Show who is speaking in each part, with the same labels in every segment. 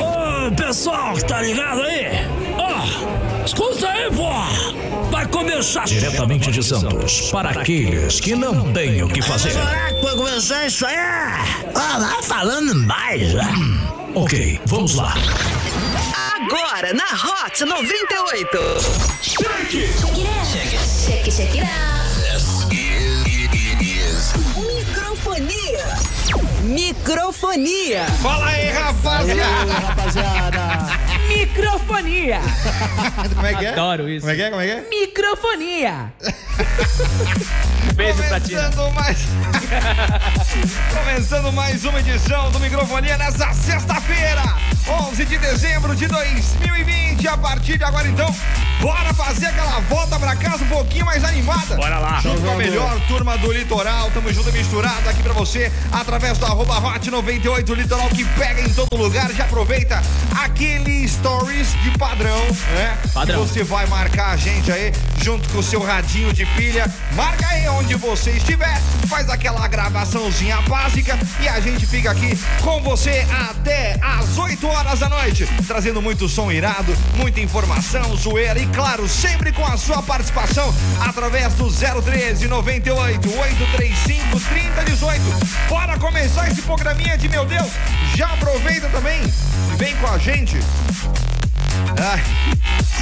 Speaker 1: Ô, pessoal que tá ligado aí? Ó, escuta aí, pô! Vai começar
Speaker 2: Diretamente de Santos, para aqueles que não têm o que fazer.
Speaker 1: Será que vai começar isso aí? Ó, vai Ah, tá falando mais. né?
Speaker 2: Ok, vamos lá.
Speaker 3: Agora na Hot 98.
Speaker 4: Cheque, cheque,
Speaker 3: Microfonia. Microfonia.
Speaker 5: Fala aí, rapaziada!
Speaker 6: Microfonia!
Speaker 5: Como é que é?
Speaker 7: Adoro isso.
Speaker 5: Como é que é? Como é que é?
Speaker 6: Microfonia!
Speaker 7: Beijo pra ti.
Speaker 5: Começando mais... Começando mais uma edição do Microfonia nessa sexta-feira, 11 de dezembro de 2020. A partir de agora, então, bora fazer aquela volta pra casa um pouquinho mais animada.
Speaker 7: Bora lá.
Speaker 5: Junto com a melhor turma do litoral, tamo junto e misturado aqui pra você, através do arroba Hot 98 Litoral, que pega em todo lugar. Já aproveita aquele stories de padrão, né?
Speaker 7: Padrão.
Speaker 5: Que você vai marcar a gente aí, junto com o seu radinho de pilha. Marca aí onde você estiver, faz aquela gravaçãozinha básica e a gente fica aqui com você até às 8 horas da noite, trazendo muito som irado, muita informação, zoeira e, claro, sempre com a sua participação através do 013 98 835 3018. Bora começar esse programinha de meu Deus! Já aproveita também e vem com a gente. Ai,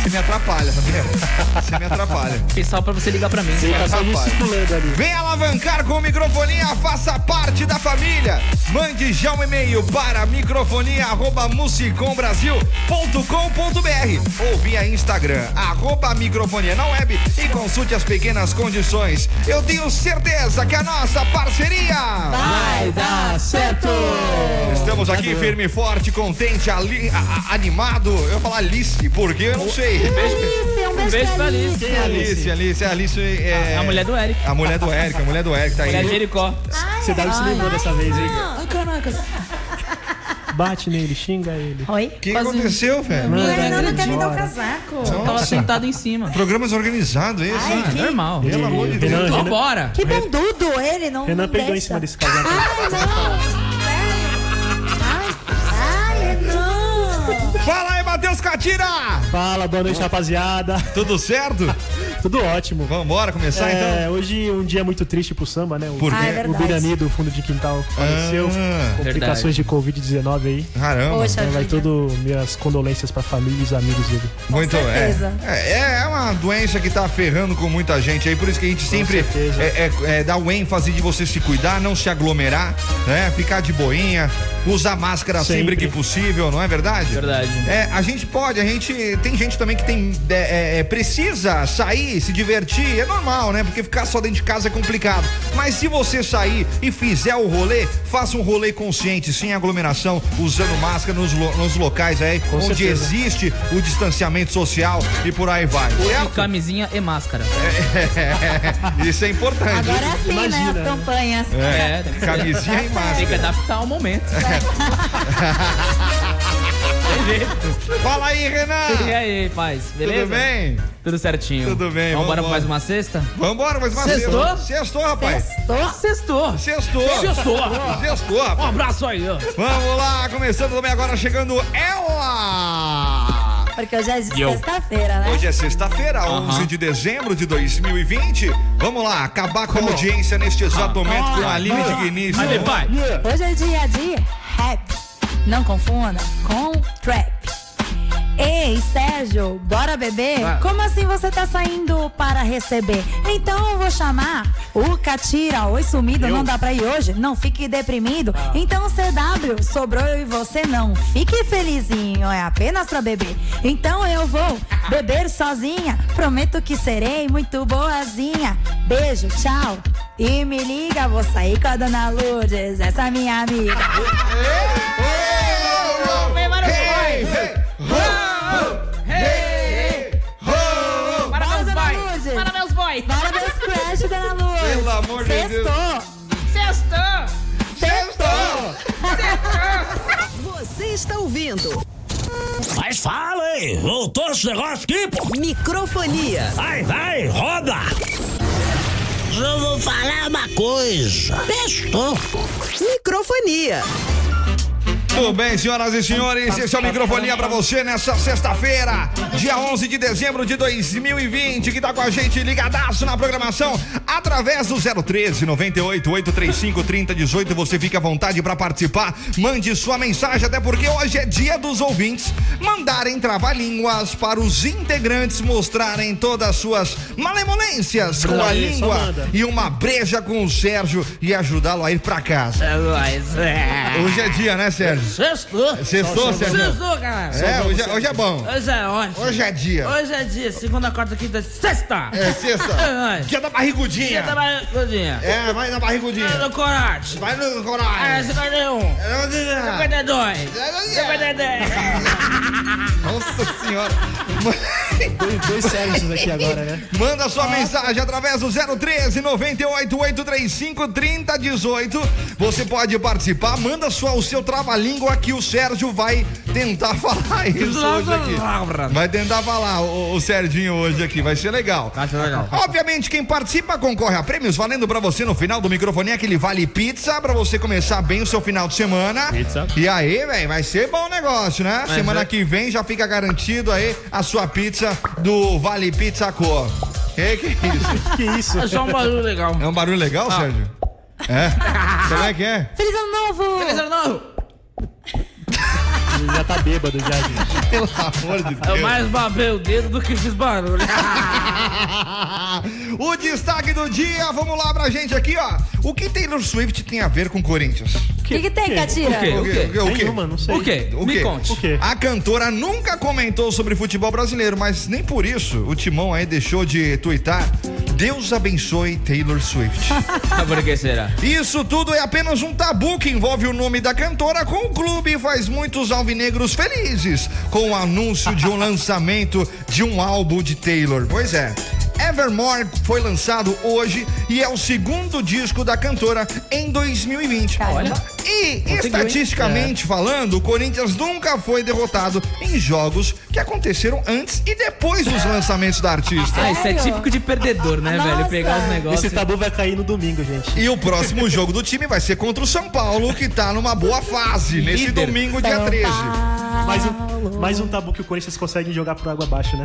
Speaker 5: você me atrapalha, sabia? Você me atrapalha.
Speaker 7: Pessoal, pra você ligar pra mim.
Speaker 5: Rapaz. Vem alavancar com microfonia, faça parte da família. Mande já um e-mail para microfonia@musicombrasil.com.br ou via Instagram arroba microfonia na web e consulte as pequenas condições. Eu tenho certeza que a nossa parceria
Speaker 6: Vai dar certo!
Speaker 5: Estamos aqui firme e forte, contente, ali- a- a- animado. Eu ia falar Alice, porque eu não sei.
Speaker 4: Alice, um
Speaker 7: Um
Speaker 4: beijo,
Speaker 7: beijo pra Alice.
Speaker 4: Alice.
Speaker 5: Alice, Alice, Alice é
Speaker 7: A mulher do Eric.
Speaker 5: A mulher do Eric, a mulher do Eric tá aí.
Speaker 7: Mulher de Jericó.
Speaker 8: Você dá se livrou dessa vez, hein?
Speaker 6: Ah, caraca!
Speaker 8: Bate nele, xinga ele.
Speaker 5: O que aconteceu, velho?
Speaker 8: Manda
Speaker 4: Ai, não, não
Speaker 8: ele
Speaker 4: quer me dar o
Speaker 8: embora.
Speaker 4: casaco.
Speaker 7: Tava sentado em cima. É
Speaker 5: Programa desorganizado esse, né?
Speaker 7: Normal.
Speaker 5: Pelo amor de
Speaker 8: Renan,
Speaker 5: Deus.
Speaker 8: Renan,
Speaker 7: Vambora.
Speaker 4: Que bundudo ele, não
Speaker 8: Renan
Speaker 4: não
Speaker 8: pegou em
Speaker 4: deixa.
Speaker 8: cima desse casaco.
Speaker 4: Ai, não. Ai, ai, não.
Speaker 5: Fala aí, Matheus Catira!
Speaker 8: Fala, boa noite, rapaziada.
Speaker 5: Tudo certo?
Speaker 8: Tudo ótimo.
Speaker 5: Vambora começar
Speaker 8: É,
Speaker 5: então?
Speaker 8: Hoje um dia muito triste pro samba, né? O,
Speaker 5: Por
Speaker 4: Ah, é
Speaker 5: quê?
Speaker 4: verdade.
Speaker 8: o Birani do fundo de quintal faleceu.
Speaker 5: Ah,
Speaker 8: Complicações de Covid-19 aí.
Speaker 5: Caramba.
Speaker 4: Poxa
Speaker 8: É, vai
Speaker 4: vida.
Speaker 8: todo minhas condolências pra família e os amigos dele.
Speaker 5: Muito
Speaker 4: Com
Speaker 5: é,
Speaker 4: certeza.
Speaker 5: é. É uma doença que tá ferrando com muita gente aí, por isso que a gente sempre
Speaker 8: certeza.
Speaker 5: é, é, é, dá o ênfase de você se cuidar, não se aglomerar, né? Ficar de boinha, usar máscara sempre,
Speaker 8: Sempre.
Speaker 5: que possível, não é verdade?
Speaker 7: Verdade.
Speaker 5: É, a gente pode, a gente. Tem gente também que tem. é, é, é, precisa sair, se divertir, é normal, né? Porque ficar só dentro de casa é complicado. Mas se você sair e fizer o rolê, faça um rolê consciente, sem aglomeração, usando máscara nos, lo- nos locais aí onde
Speaker 8: certeza.
Speaker 5: existe o distanciamento social e por aí vai.
Speaker 7: Hoje,
Speaker 5: certo?
Speaker 7: camisinha e máscara.
Speaker 5: Isso é importante.
Speaker 4: Agora sim,
Speaker 8: Imagina,
Speaker 4: né? As
Speaker 8: né?
Speaker 4: campanhas.
Speaker 7: É, tem que ser.
Speaker 5: Camisinha e
Speaker 8: É.
Speaker 7: Tem que
Speaker 5: máscara.
Speaker 7: adaptar ao momento.
Speaker 5: Fala aí,
Speaker 7: E
Speaker 5: Renan!
Speaker 7: aí, paz? É, Beleza?
Speaker 5: Tudo bem?
Speaker 7: Tudo certinho.
Speaker 5: Tudo bem,
Speaker 7: Vamos embora
Speaker 5: vambora.
Speaker 7: pra mais uma sexta?
Speaker 5: Vambora, mais uma
Speaker 7: Sextou?
Speaker 5: sexta. Sextou, rapaz.
Speaker 7: Sextou.
Speaker 5: Sextou.
Speaker 7: Sextou.
Speaker 5: Sextou, rapaz.
Speaker 7: Um abraço aí, ó.
Speaker 5: Vamos lá, começando também agora, chegando ela!
Speaker 4: Porque hoje é sexta-feira, né?
Speaker 5: Hoje é sexta-feira,
Speaker 7: Aham.
Speaker 5: 11 de dezembro de 2020. Vamos lá, acabar com a audiência neste exato momento com a Aline Digníssima.
Speaker 7: Vai, vai.
Speaker 4: Hoje é dia de rap. Não confunda com trap. Ei, Sérgio, bora beber? Como assim você tá saindo para receber? Então eu vou chamar o Catira. Oi, sumido, não dá pra ir hoje? Não fique deprimido. Então, CW, sobrou eu e você não. Fique felizinho, é apenas pra beber. Então eu vou beber sozinha. Prometo que serei muito boazinha. Beijo, tchau. E me liga, vou sair com a dona Lourdes, essa é minha amiga.
Speaker 5: Hey, hey,
Speaker 4: Para meus boys! Para meus boys! Para meus crush, dona Lourdes!
Speaker 5: Pelo amor de Deus.
Speaker 4: Sextou!
Speaker 5: Sextou!
Speaker 3: Você está ouvindo
Speaker 1: Mas fala, hein? Voltou esse negócio aqui, pô!
Speaker 3: Microfonia.
Speaker 1: Vai, vai, roda! Eu vou falar uma coisa. Pestou.
Speaker 3: Microfonia.
Speaker 5: Tudo bem, senhoras e senhores? Esse é o microfonia pra você nessa sexta-feira, dia 11 de dezembro de 2020, que tá com a gente ligadaço na programação através do 013 98 835 3018. Você fica à vontade pra participar. Mande sua mensagem, até porque hoje é dia dos ouvintes mandarem trava-línguas para os integrantes mostrarem todas as suas malemolências com a
Speaker 8: Aí, só
Speaker 5: língua
Speaker 8: manda.
Speaker 5: e uma breja com o Sérgio e ajudá-lo a ir pra casa.
Speaker 7: É nóis. É.
Speaker 5: Hoje é dia, né, Sérgio?
Speaker 7: Sextou.
Speaker 5: Sextou, Sérgio?
Speaker 7: Sextou, galera.
Speaker 5: É, hoje, é- hoje é bom.
Speaker 7: Hoje é ótimo.
Speaker 5: Hoje é dia.
Speaker 7: Hoje é dia, segunda, quarta, quinta, sexta!
Speaker 5: É sexta.
Speaker 7: É nóis!
Speaker 5: Dia da
Speaker 7: Dia
Speaker 5: barrigudinha.
Speaker 7: da barrigudinha!
Speaker 5: É, vai na
Speaker 7: Dia
Speaker 5: barrigudinha.
Speaker 7: do coragem!
Speaker 5: Vai no
Speaker 7: É,
Speaker 5: coragem.
Speaker 7: 51, É. 52,
Speaker 5: É.
Speaker 7: 53!
Speaker 5: Nossa senhora.
Speaker 8: Dois, dois Sérgios aqui agora, né?
Speaker 5: Manda sua mensagem através do 013 98 835 3018. Você pode participar. Manda só o seu trava-língua que o Sérgio vai tentar falar isso hoje aqui. Vai tentar falar o, o Serginho hoje aqui. Vai ser legal.
Speaker 7: Acho legal.
Speaker 5: Obviamente, quem participa concorre a prêmios valendo pra você no final do microfone aquele vale pizza pra você começar bem o seu final de semana.
Speaker 7: Pizza.
Speaker 5: E aí, velho, vai ser bom negócio, né? semana
Speaker 7: é.
Speaker 5: que vem já fica garantido aí a sua pizza do Vale Pizza Cor. Que que é isso?
Speaker 8: Que isso?
Speaker 7: É só um barulho legal.
Speaker 5: É um barulho legal,
Speaker 7: Ah.
Speaker 5: Sérgio? É? Como é que é?
Speaker 4: Feliz ano novo!
Speaker 7: Feliz ano novo!
Speaker 8: Ele já tá bêbado já, gente.
Speaker 5: Pelo amor de
Speaker 7: Eu
Speaker 5: Deus.
Speaker 7: É mais babei o dedo do que fiz barulho.
Speaker 5: O destaque do dia, vamos lá pra gente aqui, ó. O que Taylor Swift tem a ver com Corinthians?
Speaker 4: O que, que tem, Catira?
Speaker 7: O quê?
Speaker 5: O quê? O quê? O quê?
Speaker 8: Nenhuma, não sei.
Speaker 7: O quê?
Speaker 5: O quê?
Speaker 7: Me conte.
Speaker 8: O quê?
Speaker 5: A cantora nunca comentou sobre futebol brasileiro, mas nem por isso o Timão aí deixou de tuitar. Deus abençoe Taylor Swift.
Speaker 7: Ah, Por que será?
Speaker 5: Isso tudo é apenas um tabu que envolve o nome da cantora com o clube e faz muitos alvinegros felizes com o anúncio de um lançamento de um álbum de Taylor. Pois é. Evermore foi lançado hoje e é o segundo disco da cantora em 2020.
Speaker 4: Olha.
Speaker 5: E, estatisticamente falando, o Corinthians nunca foi derrotado em jogos que aconteceram antes e depois dos lançamentos da artista.
Speaker 7: Ah, isso é
Speaker 4: Sério?
Speaker 7: típico de perdedor, né,
Speaker 4: Nossa.
Speaker 7: velho? Pegar os negócios.
Speaker 8: Esse tá- tabu vai cair no domingo, gente.
Speaker 5: E o próximo jogo do time vai ser contra o São Paulo, que tá numa boa fase, nesse
Speaker 7: Líder.
Speaker 5: domingo, dia 13.
Speaker 8: Mais um, mais um tabu que o Corinthians consegue jogar por água abaixo, né?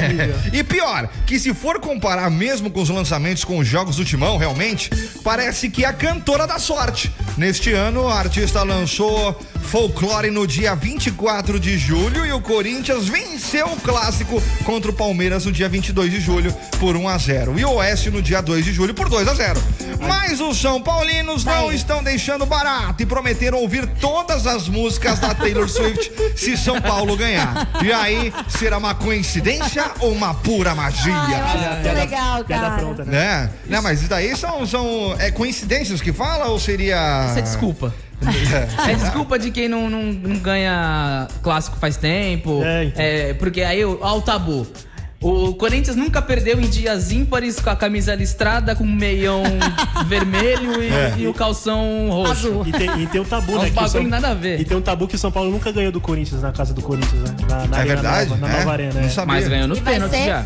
Speaker 5: E pior, que se for comparar mesmo com os lançamentos com os jogos do Timão, realmente, parece que é a cantora da sorte. Neste ano, a artista lançou Folklore no dia 24 de julho e o Corinthians venceu o clássico contra o Palmeiras no dia 22 de julho por 1 a 0 e o Oeste no dia 2 de julho por 2 a 0. Mas os São Paulinos não estão deixando barato e prometeram ouvir todas as músicas da Taylor Swift se São Paulo ganhar. E aí, será uma coincidência ou uma pura
Speaker 4: Ai, eu
Speaker 5: magia?
Speaker 4: acho isso legal,
Speaker 8: Piada
Speaker 4: cara.
Speaker 8: pronta, né?
Speaker 5: Né? Não, mas isso daí são, são é, coincidências que fala ou seria.
Speaker 7: Isso é desculpa. É desculpa de quem não, não, não ganha clássico faz tempo.
Speaker 8: É,
Speaker 7: É,
Speaker 8: então.
Speaker 7: porque aí ó, ó o tabu. O Corinthians nunca perdeu em dias ímpares com a camisa listrada, com o meião vermelho e, e o calção roxo.
Speaker 4: Azul.
Speaker 8: E tem, e tem um tabu,
Speaker 7: É
Speaker 8: né?
Speaker 7: uns
Speaker 8: que o São-
Speaker 7: bagulho nada a ver.
Speaker 8: E tem um tabu que o São Paulo nunca ganhou do Corinthians, na casa do Corinthians, né? Na, na
Speaker 5: É
Speaker 8: Arena
Speaker 5: verdade?
Speaker 8: Nova, na
Speaker 5: é?
Speaker 8: Nova Arena,
Speaker 5: Não
Speaker 8: é.
Speaker 5: sabia.
Speaker 7: Mas ganhou nos
Speaker 4: E vai
Speaker 7: pênaltis
Speaker 4: ser?
Speaker 7: já.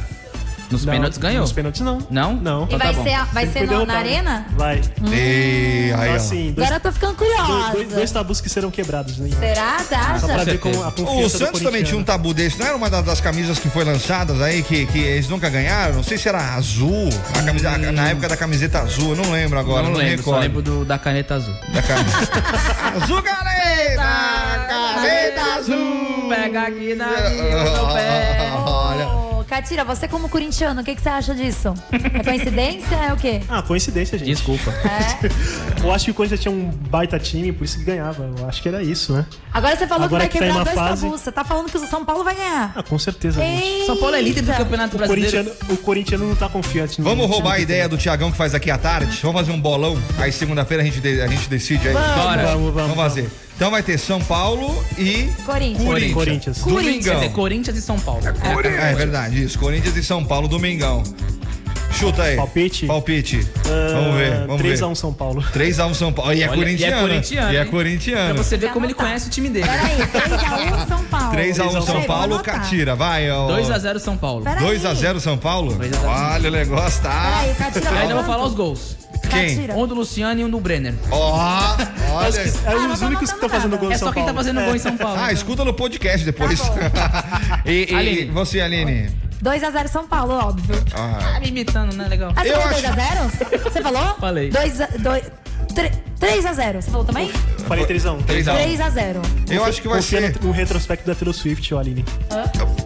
Speaker 7: Nos
Speaker 8: Não,
Speaker 7: pênaltis ganhou.
Speaker 8: Nos pênaltis não.
Speaker 7: Não?
Speaker 8: Não.
Speaker 4: E
Speaker 7: Então tá
Speaker 4: vai
Speaker 7: bom.
Speaker 4: ser, a- vai
Speaker 8: Ele
Speaker 4: ser
Speaker 8: foi
Speaker 4: no- na
Speaker 8: derrotado.
Speaker 4: arena?
Speaker 8: Vai.
Speaker 5: Hum. E aí,
Speaker 8: Então,
Speaker 5: ó.
Speaker 8: assim, um né? dois,
Speaker 4: Agora eu tô ficando
Speaker 8: dois-
Speaker 4: curiosa.
Speaker 8: dois- dois tabus que serão quebrados, né?
Speaker 4: Será?
Speaker 8: Só
Speaker 4: Você
Speaker 8: pra
Speaker 4: acha?
Speaker 8: ver
Speaker 7: certeza.
Speaker 8: como a confiança
Speaker 5: O
Speaker 8: do né?
Speaker 5: Santos também
Speaker 8: corintiano.
Speaker 5: tinha um tabu desse, não era uma da- das camisas que foi lançadas aí, que, que eles nunca ganharam? Não sei se era azul, a camisa- a- na época da camiseta azul, eu não lembro agora,
Speaker 7: não,
Speaker 5: não,
Speaker 7: lembro, só
Speaker 5: recordo.
Speaker 7: lembro do- da caneta azul.
Speaker 5: Da camiseta. azul, caneta! Caneta azul!
Speaker 7: Pega aqui na
Speaker 5: Olha.
Speaker 4: Ô, Catira, você como corintiano, o que, que você acha disso? É coincidência? É o quê?
Speaker 8: Ah, coincidência, gente.
Speaker 7: Desculpa.
Speaker 8: Eu acho que o Corinthians tinha um baita time, por isso que ganhava. Eu acho que era isso, né?
Speaker 4: Agora você falou
Speaker 8: Agora
Speaker 4: que
Speaker 8: que tá
Speaker 4: vai
Speaker 8: em uma
Speaker 4: quebrar dois
Speaker 8: fase-
Speaker 4: tabus. Você tá falando que o São Paulo vai ganhar.
Speaker 8: Ah, com certeza, gente.
Speaker 4: Ei,
Speaker 7: São Paulo é líder do Campeonato
Speaker 8: O
Speaker 7: Brasileiro.
Speaker 8: corintiano, o corintiano não tá confiante. no-
Speaker 5: Vamos roubar a ideia do Tiagão que faz aqui à tarde? Vamos fazer um bolão, aí segunda-feira a gente, de- a gente decide aí. Vamos,
Speaker 7: Bora.
Speaker 8: Vamos, vamos.
Speaker 5: fazer. Então vai ter São Paulo e
Speaker 4: Corinthians.
Speaker 5: Corinthians.
Speaker 8: Corinthians.
Speaker 7: Corinthians,
Speaker 5: Domingão.
Speaker 7: é Corinthians e São Paulo.
Speaker 5: É, é verdade, isso. Corinthians e São Paulo, domingão. Chuta aí.
Speaker 8: Palpite? Ah,
Speaker 5: Palpite. vamos ver, vamos ver.
Speaker 8: 3x1 São Paulo.
Speaker 5: 3x1 São Paulo. E é
Speaker 7: Olha, e é
Speaker 5: corintiano.
Speaker 7: corintiano,
Speaker 5: E é
Speaker 7: hein? Pra
Speaker 5: corintiano.
Speaker 7: você ver como ele
Speaker 4: anotar.
Speaker 7: conhece o time dele.
Speaker 4: Peraí, 3x1 São Paulo. tá.
Speaker 5: 3x1 São
Speaker 4: Peraí, vou
Speaker 5: Paulo,
Speaker 4: anotar.
Speaker 5: Catira, vai. ó.
Speaker 7: 2x0 São Paulo.
Speaker 4: Peraí.
Speaker 5: 2x0 São Paulo?
Speaker 7: 2 a 0 São Paulo.
Speaker 5: Olha, o negócio tá.
Speaker 4: Peraí, Catira,
Speaker 7: Aí ainda vou
Speaker 4: quanto?
Speaker 7: falar os gols.
Speaker 5: Quem?
Speaker 4: Catira.
Speaker 7: Um do Luciano e um do Brenner.
Speaker 5: Ó, olha.
Speaker 8: É
Speaker 4: não
Speaker 8: os únicos que
Speaker 4: tá anotando
Speaker 8: estão fazendo
Speaker 4: nada.
Speaker 8: gol em
Speaker 7: É
Speaker 8: São
Speaker 7: só quem tá
Speaker 8: Paulo.
Speaker 7: fazendo gol em São Paulo.
Speaker 5: Ah, escuta no podcast depois. e, e-
Speaker 7: Aline.
Speaker 5: você, Aline?
Speaker 4: 2x0 São Paulo, óbvio.
Speaker 5: Ah,
Speaker 7: Tá me imitando, né? Legal.
Speaker 4: Ah, você
Speaker 5: Eu
Speaker 4: falou
Speaker 5: acho-
Speaker 4: 2x0? Você falou?
Speaker 7: Falei.
Speaker 4: 2 a, 2, 3, 3x0. Você falou também?
Speaker 8: É. Falei 3x1.
Speaker 5: 3x1.
Speaker 4: 3x0.
Speaker 5: Eu acho um. que vai
Speaker 8: Confia
Speaker 5: ser. Ah.
Speaker 8: no, no retrospecto da Taylor Swift, ô Aline.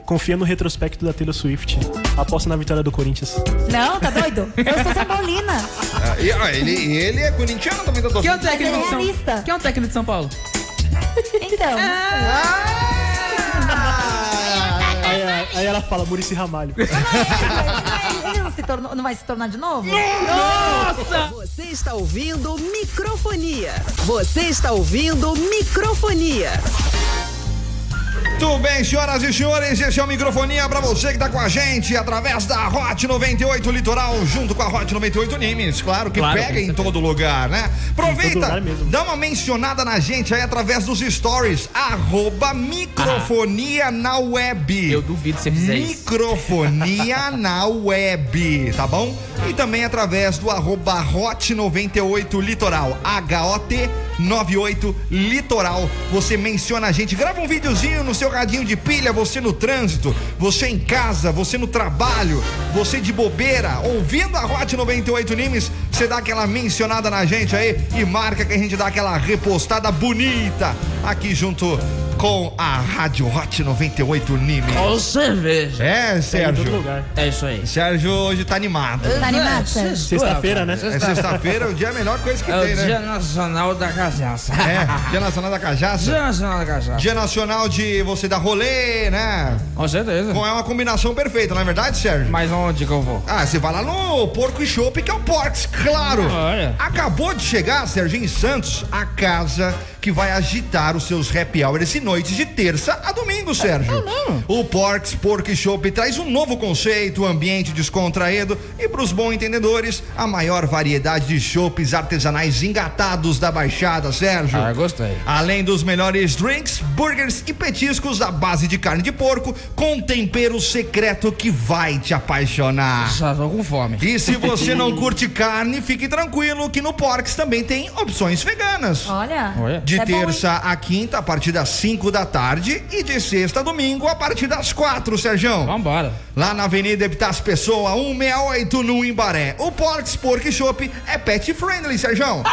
Speaker 8: Confia no retrospecto da Taylor Swift. Aposta na vitória do Corinthians.
Speaker 4: Não, tá doido? Eu sou São Paulina.
Speaker 5: Ah, e, ó, ele, ele é corintiano também, da
Speaker 7: Quem é o
Speaker 5: torcida.
Speaker 7: técnico
Speaker 4: ele é
Speaker 7: de
Speaker 4: realista.
Speaker 7: São Quem é o técnico de São Paulo?
Speaker 4: Então,
Speaker 8: Aí, aí ela fala, Murici Ramalho.
Speaker 5: É,
Speaker 4: ele, ele não, se tornou, não vai se tornar de novo?
Speaker 3: Você está ouvindo microfonia. Você está ouvindo microfonia.
Speaker 5: Muito bem, senhoras e senhores, esse é o Microfonia pra você que tá com a gente através da Hot 98 Litoral, junto com a Hot 98 Nimes, claro que
Speaker 7: Claro,
Speaker 5: pega
Speaker 7: com
Speaker 5: em todo lugar, né? Aproveita,
Speaker 8: lugar mesmo.
Speaker 5: dá uma mencionada na gente aí através dos stories, arroba microfonia na web.
Speaker 7: Eu duvido você fizer isso.
Speaker 5: Microfonia na web, tá bom? E também através do arroba hot98 litoral, H-O-T 98 litoral. Você menciona a gente, grava um videozinho no seu radinho de pilha, você no trânsito, você em casa, você no trabalho, você de bobeira, ouvindo a Hot 98 Nimes, você dá aquela mencionada na gente aí e marca que a gente dá aquela repostada bonita aqui junto com a Rádio Hot 98 Nimes.
Speaker 7: Você vê.
Speaker 5: É,
Speaker 8: Em todo
Speaker 5: Sérgio.
Speaker 8: lugar.
Speaker 7: É isso aí.
Speaker 5: Sérgio hoje tá animado.
Speaker 7: é.
Speaker 4: Tá animado, Sérgio?
Speaker 8: Sexta-feira, né?
Speaker 5: É sexta-feira, o dia é a melhor coisa que
Speaker 7: É
Speaker 5: tem,
Speaker 7: o Dia
Speaker 5: né?
Speaker 7: Nacional da Cachaça.
Speaker 5: É, Dia Nacional da
Speaker 7: Dia
Speaker 5: Cachaça.
Speaker 7: Nacional da Cachaça.
Speaker 5: Dia Nacional de você dar rolê, né?
Speaker 7: Com certeza.
Speaker 5: Bom, é uma combinação perfeita, não é verdade, Sérgio?
Speaker 7: Mas onde que eu vou?
Speaker 5: Ah, você vai lá no Porco e Chopp, que é o Porcs, claro.
Speaker 7: Ah, Olha.
Speaker 5: Acabou de chegar, Serginho em Santos, a casa que vai agitar os seus happy hours e noites de terça a
Speaker 7: É,
Speaker 5: domingo, Sérgio. O Porcs Porco e Chopp traz um novo conceito, ambiente descontraído e para os bons entendedores, a maior variedade de chopps artesanais engatados da Baixada, Sérgio.
Speaker 7: Ah, gostei.
Speaker 5: Além dos melhores drinks, burgers e petiscos à base de carne de porco, com tempero secreto que vai te apaixonar.
Speaker 7: Já tô com fome.
Speaker 5: E se você não curte carne, fique tranquilo que no Porks também tem opções veganas.
Speaker 4: Olha.
Speaker 7: Olha.
Speaker 5: De
Speaker 4: é bom, hein?
Speaker 5: terça a quinta, a partir das 5 da tarde, e de sexta a domingo, a partir das 4, Serjão.
Speaker 7: Vambora.
Speaker 5: Lá na Avenida Epitácio Pessoa, 168, no Imbaré. O Porks Pork Shop é pet friendly, Serjão.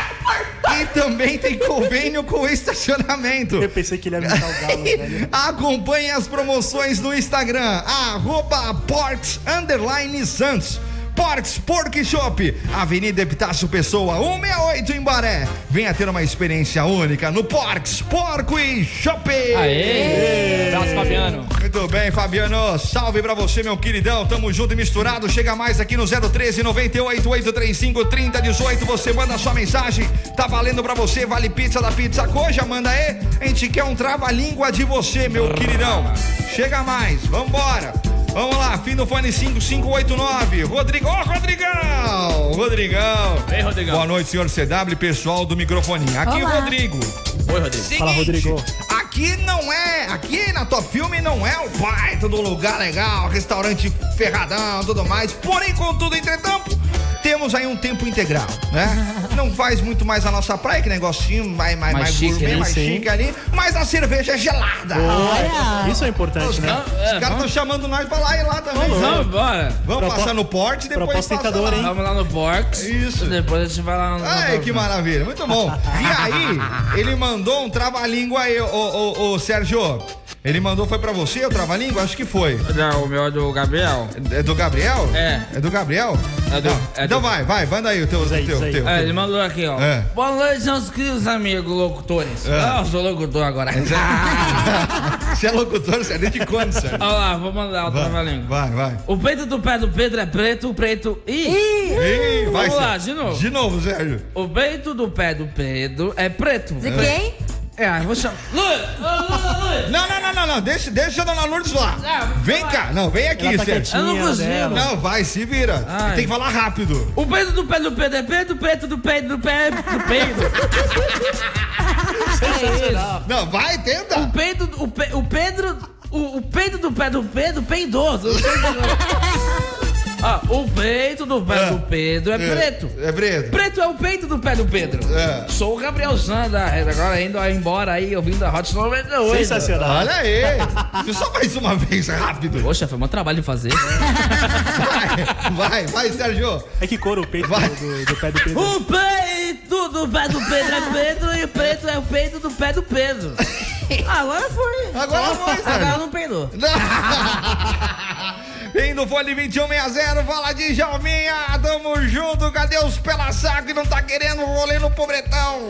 Speaker 5: E também tem convênio com o estacionamento.
Speaker 8: Eu pensei que ele ia imitar o Galo, né? velho.
Speaker 5: Acompanhe as promoções no Instagram, arroba Porks Underline Santos. Porks Pork Shop, Avenida Epitácio Pessoa, 168 em Baré. Venha ter uma experiência única no Porks Porco e Shop.
Speaker 7: Aê! Abraço, Fabiano.
Speaker 5: Muito bem, Fabiano. Salve pra você, meu queridão. Tamo junto e misturado. Chega mais aqui no 013 98 835 3018. Você manda sua mensagem. Tá valendo pra você. Vale pizza da Pizza Coja. Manda aí. A gente quer um trava-língua de você, meu queridão. Chega mais. Vambora. Vamos lá. Fim do fone 5589. Rodrigo. Ô, Rodrigão. Rodrigão.
Speaker 7: Ei, Rodrigão.
Speaker 5: Boa noite, senhor CW, pessoal do microfone. Aqui,
Speaker 4: Olá.
Speaker 5: Rodrigo.
Speaker 7: Oi, Rodrigo.
Speaker 5: Seguinte,
Speaker 8: Fala, Rodrigo.
Speaker 5: Aqui não é, aqui na Top Filme não é o baita do lugar legal, restaurante ferradão, tudo mais. Porém, contudo, entretanto, temos aí um tempo integral, né? Não faz muito mais a nossa praia, que negocinho mais, mais, mais,
Speaker 7: Mais chique,
Speaker 5: gourmet,
Speaker 7: né?
Speaker 5: mais
Speaker 8: Sim.
Speaker 5: chique ali, mas a cerveja é gelada.
Speaker 4: Olha.
Speaker 8: Isso é importante, né?
Speaker 5: Os caras estão chamando nós pra lá e lá também.
Speaker 7: Vamos embora.
Speaker 5: Vamos
Speaker 8: Propo-
Speaker 5: passar no porte e depois
Speaker 8: proposta
Speaker 5: passar
Speaker 8: tentadora,
Speaker 5: lá.
Speaker 8: hein?
Speaker 7: Vamos lá no box.
Speaker 5: Isso.
Speaker 7: Depois a gente vai lá no.
Speaker 5: Ai, que maravilha, muito bom. E aí, ele mandou um trava-língua aí, ô, ô, ô, Sérgio. Ele mandou, foi pra você o trava-língua? Acho que foi.
Speaker 7: Não, o meu é do Gabriel.
Speaker 5: É do Gabriel?
Speaker 7: É.
Speaker 5: É do Gabriel?
Speaker 7: É do-
Speaker 5: Não.
Speaker 7: é
Speaker 5: então
Speaker 7: do-
Speaker 5: vai, vai, manda aí o teu.
Speaker 8: aí,
Speaker 5: teu,
Speaker 8: diz aí.
Speaker 5: teu,
Speaker 7: É,
Speaker 5: teu.
Speaker 7: ele mandou aqui, ó.
Speaker 5: É.
Speaker 7: Boa noite, meus queridos amigos locutores.
Speaker 5: É.
Speaker 7: Ah, eu sou locutor agora.
Speaker 5: Você é locutor, você é desde quando, Sérgio?
Speaker 7: Olha lá, vou mandar o trava-língua.
Speaker 5: Vai, vai.
Speaker 7: O peito do pé do Pedro é preto, o preto. Ih!
Speaker 5: Ih, vai,
Speaker 7: Vamos lá,
Speaker 5: Sérgio.
Speaker 7: de novo.
Speaker 5: De novo, Sérgio.
Speaker 7: O peito do pé do Pedro é preto.
Speaker 4: De quem?
Speaker 7: É, eu vou chamar. Lu! Ô, Lu, Lu, Lu!
Speaker 5: Não, não, não, não, não, não. Deixa, deixa a dona Lourdes lá. Vem cá. Não, vem aqui,
Speaker 8: tá
Speaker 5: Sérgio.
Speaker 8: quietinha
Speaker 7: Eu não consigo.
Speaker 8: dela.
Speaker 5: Não, vai, se vira.
Speaker 7: Ai.
Speaker 5: E tem que falar rápido.
Speaker 7: O peito do pé do PDP, do peito do peito do pé do peito.
Speaker 5: Não, vai, tenta.
Speaker 7: O peito, do- o, pe, o Pedro, o, o peito do pé do Pedro peidoso. é. Ah, o peito do pé do Pedro é preto.
Speaker 5: É, é preto.
Speaker 7: Preto é o peito do pé do Pedro.
Speaker 5: É.
Speaker 7: Sou o Gabriel Zanda, agora indo embora aí, ouvindo a Hot 98.
Speaker 8: Sensacional.
Speaker 5: Olha aí. Viu? Só mais uma vez, rápido.
Speaker 7: Poxa, foi um trabalho de fazer.
Speaker 5: Vai, vai, vai, Sérgio.
Speaker 8: É que cor o peito
Speaker 5: Vai.
Speaker 8: do, do- do pé do Pedro.
Speaker 7: O peito do pé do Pedro é Pedro e o preto é o peito do pé do Pedro. Agora foi.
Speaker 5: Agora foi,
Speaker 7: Agora
Speaker 5: Sérgio.
Speaker 7: não peidou.
Speaker 5: Indo fone 2160, fala de Jalminha, tamo junto, cadê os pela saco que não tá querendo rolê no pobretão?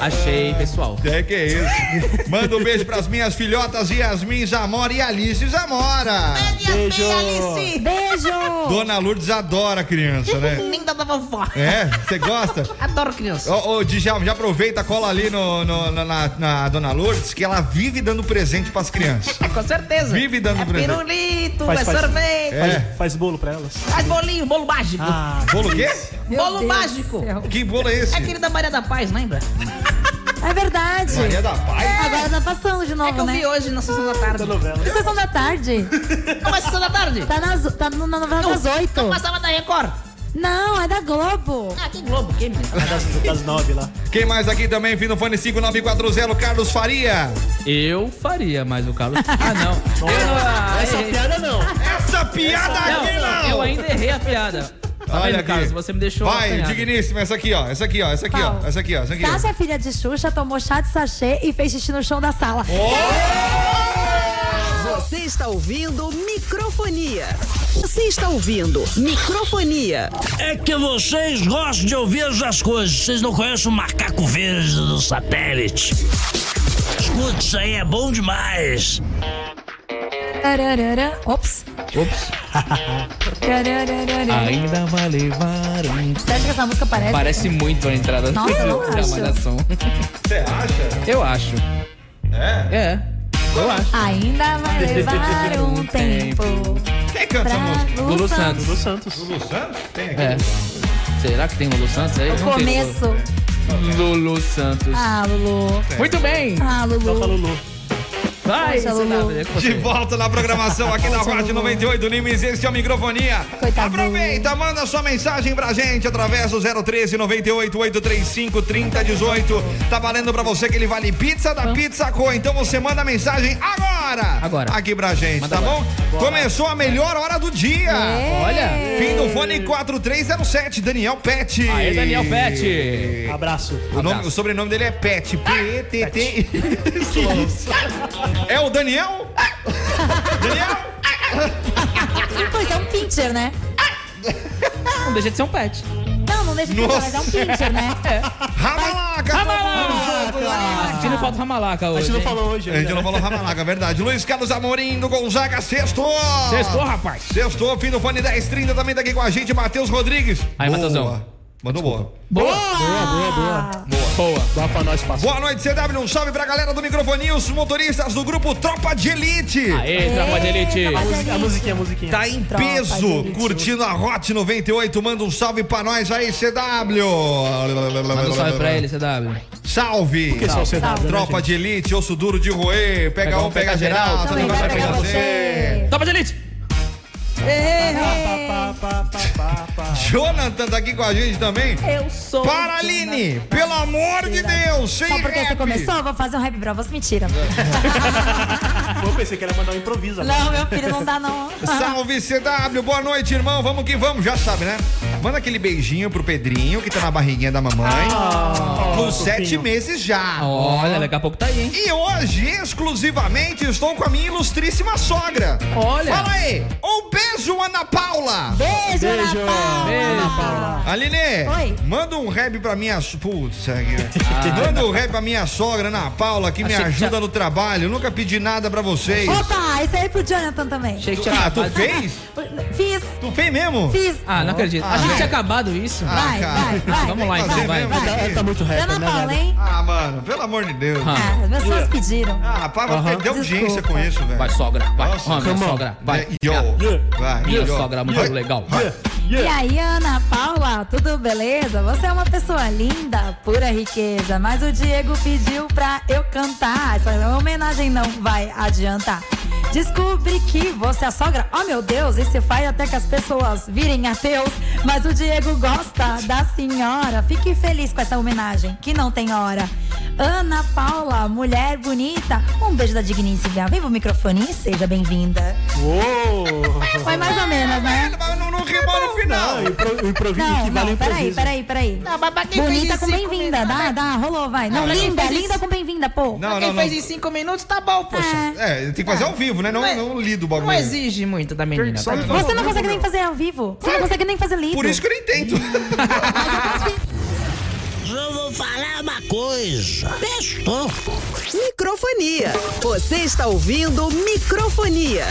Speaker 7: Achei, pessoal.
Speaker 5: É que é isso. Manda um beijo pras minhas filhotas Yasmin Zamora e Alice Zamora.
Speaker 7: É
Speaker 8: Beijo.
Speaker 4: Beijo!
Speaker 5: Dona Lourdes adora criança, né?
Speaker 7: Linda da vovó.
Speaker 5: É? Você gosta?
Speaker 7: Adoro criança.
Speaker 5: Ô, ô Djalma, já aproveita, cola ali no, no- na, na- na Dona Lourdes, que ela vive dando presente pras crianças.
Speaker 7: Com certeza.
Speaker 5: Vive dando
Speaker 7: é
Speaker 5: presente.
Speaker 7: pirulito,
Speaker 8: Faz-
Speaker 7: é
Speaker 8: faz-
Speaker 7: sorvete,
Speaker 5: É.
Speaker 8: Faz bolo pra elas.
Speaker 7: faz bolinho, bolo mágico.
Speaker 8: Ah,
Speaker 5: Bolo o quê?
Speaker 4: Meu
Speaker 7: bolo
Speaker 4: Deus
Speaker 7: mágico.
Speaker 4: do céu.
Speaker 5: Que bolo é esse?
Speaker 7: É aquele da Maria da Paz, lembra?
Speaker 4: É verdade.
Speaker 5: Maria da Paz?
Speaker 4: Agora tá passando de novo,
Speaker 7: É que eu
Speaker 4: né?
Speaker 7: vi hoje na sessão da tarde.
Speaker 8: Novela.
Speaker 4: Sessão da tarde.
Speaker 7: Não, é sessão da tarde.
Speaker 4: Tá, nas, tá no- na novela das oito.
Speaker 9: tá
Speaker 7: Não passava da Record.
Speaker 4: Não, é da Globo.
Speaker 7: Ah, que Globo, que menina.
Speaker 8: Das, das nove lá.
Speaker 5: Quem mais aqui também? Fim do fone 5940, Carlos Faria.
Speaker 7: Eu faria, mas o Carlos. Ah, não. Eu não- ah, errei.
Speaker 8: piada não.
Speaker 5: Essa piada aqui
Speaker 7: Não,
Speaker 5: não!
Speaker 7: eu ainda errei a piada. Tá
Speaker 5: Olha
Speaker 7: vendo,
Speaker 5: aqui.
Speaker 7: Carlos? Você me deixou.
Speaker 5: Vai,
Speaker 7: acanhado.
Speaker 5: digníssima, essa aqui, ó. Essa aqui, ó. Essa aqui, ó.
Speaker 4: Qual?
Speaker 5: Essa aqui, ó. Essa aqui. ó.
Speaker 4: Sasha, filha de Xuxa, tomou chá de sachê e fez xixi no chão da sala.
Speaker 3: Você está ouvindo microfonia. Você está ouvindo microfonia.
Speaker 1: É que vocês gostam de ouvir essas coisas. Vocês não conhecem o macaco verde do satélite. Escuta, isso aí é bom demais.
Speaker 4: Tararara. Ops.
Speaker 7: Ops.
Speaker 4: Tararara.
Speaker 7: Ainda vai levar um.
Speaker 4: Você acha que essa música parece?
Speaker 7: Parece muito a entrada
Speaker 4: Nossa,
Speaker 7: da-
Speaker 4: eu
Speaker 7: da
Speaker 4: acho.
Speaker 7: malhação.
Speaker 5: Você acha?
Speaker 7: Eu acho.
Speaker 5: É?
Speaker 7: É. Eu acho.
Speaker 4: Ainda vai levar um tempo
Speaker 5: Quem é canta
Speaker 4: pra
Speaker 5: essa música?
Speaker 7: Lulu
Speaker 4: Lulu
Speaker 7: Santos.
Speaker 4: Santos.
Speaker 8: Dos Santos.
Speaker 5: Lulu Santos? Tem aqui.
Speaker 7: É. Será que tem Lulu Santos aí?
Speaker 4: O
Speaker 7: Não tem
Speaker 4: começo.
Speaker 7: Lulu. Lulu Santos.
Speaker 4: Ah, Lulu.
Speaker 7: Muito bem.
Speaker 4: Ah,
Speaker 8: Toca
Speaker 4: Lulu.
Speaker 8: Lulu.
Speaker 7: Vai,
Speaker 4: Poxa,
Speaker 7: Zé
Speaker 4: Lulu.
Speaker 7: Gabriel, com
Speaker 5: De
Speaker 7: você.
Speaker 5: volta na programação aqui na Rádio 98 Nimes, esse é o Microfonia.
Speaker 4: Coitadinho.
Speaker 5: Aproveita, manda sua mensagem pra gente através do 013 98 835 3018. Tá valendo pra você que ele vale pizza da Pizza Co. Então você manda a mensagem agora.
Speaker 7: Agora.
Speaker 5: Aqui pra gente,
Speaker 7: Manda
Speaker 5: tá
Speaker 7: agora.
Speaker 5: bom? Começou a melhor hora do dia.
Speaker 7: Olha.
Speaker 5: Fim do fone 4307, Daniel Pet.
Speaker 7: Aí, Daniel Pet.
Speaker 8: Abraço.
Speaker 5: O, nome,
Speaker 7: Abraço.
Speaker 5: o sobrenome dele é Pet. P-E-T-T. É o Daniel? Daniel?
Speaker 4: Pois é um pincher, né?
Speaker 7: Não deixa de ser um pet.
Speaker 4: Não, não deixa de ser,
Speaker 5: Nossa.
Speaker 4: mas é um pincher, né?
Speaker 5: Ramalaca!
Speaker 7: A gente
Speaker 4: Ah.
Speaker 7: não falta
Speaker 5: Tá
Speaker 7: ramalaca hoje.
Speaker 8: A gente não
Speaker 7: hein?
Speaker 8: falou hoje.
Speaker 5: A gente
Speaker 8: ainda,
Speaker 5: não
Speaker 8: né?
Speaker 5: falou Ramalaca, é verdade. Luiz Carlos Amorim do Gonzaga, sexto!
Speaker 7: Sextou, rapaz.
Speaker 5: Sextou, fim do fone 1030 também tá aqui com a gente, Matheus Rodrigues.
Speaker 7: Aí,
Speaker 5: Boa.
Speaker 7: Matheusão.
Speaker 5: Mandou boa.
Speaker 7: Boa. Boa, boa, boa. Boa.
Speaker 8: Dá pra nós passar.
Speaker 5: Boa noite, CW. Um salve pra galera do Microfonia, os motoristas do grupo Tropa de Elite.
Speaker 7: Aê, tropa de elite.
Speaker 4: Tropa de
Speaker 8: A
Speaker 4: Elite.
Speaker 8: musiquinha, a musiquinha.
Speaker 5: Tá em
Speaker 4: Tropa de
Speaker 5: peso,
Speaker 4: Elite.
Speaker 5: curtindo a Hot 98. Manda um salve pra nós aí, CW.
Speaker 7: Manda um salve pra ele, CW.
Speaker 5: Salve.
Speaker 8: Que só o CW, né,
Speaker 5: Tropa
Speaker 8: gente?
Speaker 5: de elite, osso duro de roer, pega, um, pega, geral, todo mundo vai pegar você.
Speaker 7: Tropa de elite.
Speaker 8: Pá, pá, pá, pá, pá.
Speaker 5: Jonathan tá aqui com a gente também.
Speaker 4: Eu sou.
Speaker 5: Para, Aline, pelo amor de Deus, sem
Speaker 4: Só porque você
Speaker 5: rap.
Speaker 4: começou, eu vou fazer um rap pra você. Mentira.
Speaker 8: Pô, pensei que era mandar um improviso. agora.
Speaker 4: Não, meu filho, não dá, não.
Speaker 5: Salve CW, boa noite, irmão. Vamos que vamos, já sabe, né? Manda aquele beijinho pro Pedrinho, que tá na barriguinha da mamãe. com
Speaker 8: fofinho.
Speaker 5: sete meses já.
Speaker 7: Olha, daqui a pouco tá aí, hein?
Speaker 5: E hoje, exclusivamente, estou com a minha ilustríssima sogra.
Speaker 7: Olha.
Speaker 5: Fala aí, um beijo, Ana Paula.
Speaker 4: Beijo,
Speaker 8: Beijo.
Speaker 4: Natal.
Speaker 7: Beijo.
Speaker 5: Aline,
Speaker 4: Oi.
Speaker 5: manda um rap pra minha. so- Putz, aqui. manda um rap pra minha sogra, Ana Paula, que
Speaker 7: Ah.
Speaker 5: me
Speaker 7: Achei que tá-
Speaker 5: ajuda
Speaker 7: já-
Speaker 5: no trabalho. Nunca pedi nada pra vocês.
Speaker 4: Opa, esse aí é pro Jonathan também.
Speaker 7: Achei que tinha
Speaker 5: Ah, tu
Speaker 7: acabado.
Speaker 5: fez?
Speaker 4: Fiz,
Speaker 5: Tu fez mesmo?
Speaker 4: fiz.
Speaker 7: Ah, não acredito. Achei que tinha acabado isso.
Speaker 5: é. Ah,
Speaker 4: Vai,
Speaker 5: cara.
Speaker 4: vai, vai.
Speaker 7: Vamos lá, então,
Speaker 5: Fazer
Speaker 7: vai.
Speaker 5: mesmo?
Speaker 4: Vai.
Speaker 2: Tá muito rapper,
Speaker 4: Ana
Speaker 2: né,
Speaker 4: Paula,
Speaker 2: velho?
Speaker 4: hein?
Speaker 5: Ah, mano, pelo amor de Deus.
Speaker 4: Ah, as pessoas pediram.
Speaker 5: Ah, rapaz, vai perder audiência com isso, velho.
Speaker 7: Vai, sogra. Vai,
Speaker 5: Nossa,
Speaker 7: Ah, minha
Speaker 2: come on.
Speaker 7: sogra. Vai.
Speaker 5: Yo. Vai,
Speaker 7: Minha
Speaker 5: yo.
Speaker 7: sogra, é muito
Speaker 5: Vai.
Speaker 7: legal.
Speaker 4: E aí, Ana Paula, tudo beleza? Você é uma pessoa linda, pura riqueza. Mas o Diego pediu pra eu cantar. Essa homenagem não vai adiantar. Descobri que você é a sogra. Oh meu Deus, isso faz até que as pessoas virem ateus. Mas o Diego gosta da senhora. Fique feliz com essa homenagem, que não tem hora. Ana Paula, mulher bonita. Um beijo da digníssima. Vem pro microfone e seja bem-vinda. Foi mais ou menos, né?
Speaker 5: É, Mas não, não rimou no final.
Speaker 2: O improviso
Speaker 4: Não,
Speaker 2: que vale
Speaker 4: não, peraí,
Speaker 2: improviso.
Speaker 4: peraí, peraí.
Speaker 9: Ah,
Speaker 4: Bonita com bem-vinda, dá, dá, rolou, vai. Não,
Speaker 5: mas
Speaker 4: linda,
Speaker 9: quem fez
Speaker 4: linda
Speaker 9: isso?
Speaker 4: com bem-vinda, pô.
Speaker 5: Não, não,
Speaker 9: Quem
Speaker 5: não.
Speaker 9: fez em 5 minutos tá bom, poxa.
Speaker 4: É.
Speaker 5: É, tem que fazer ao vivo, né? Não,
Speaker 9: Não,
Speaker 5: não lido o bagulho.
Speaker 9: Não exige muito da menina.
Speaker 8: Só
Speaker 9: tá?
Speaker 8: que-
Speaker 4: Você não consegue nem fazer ao vivo. Você não consegue nem fazer lido.
Speaker 5: Por isso que eu nem tento.
Speaker 1: Eu vou falar uma coisa. Pestou.
Speaker 3: Microfonia. Você está ouvindo microfonia.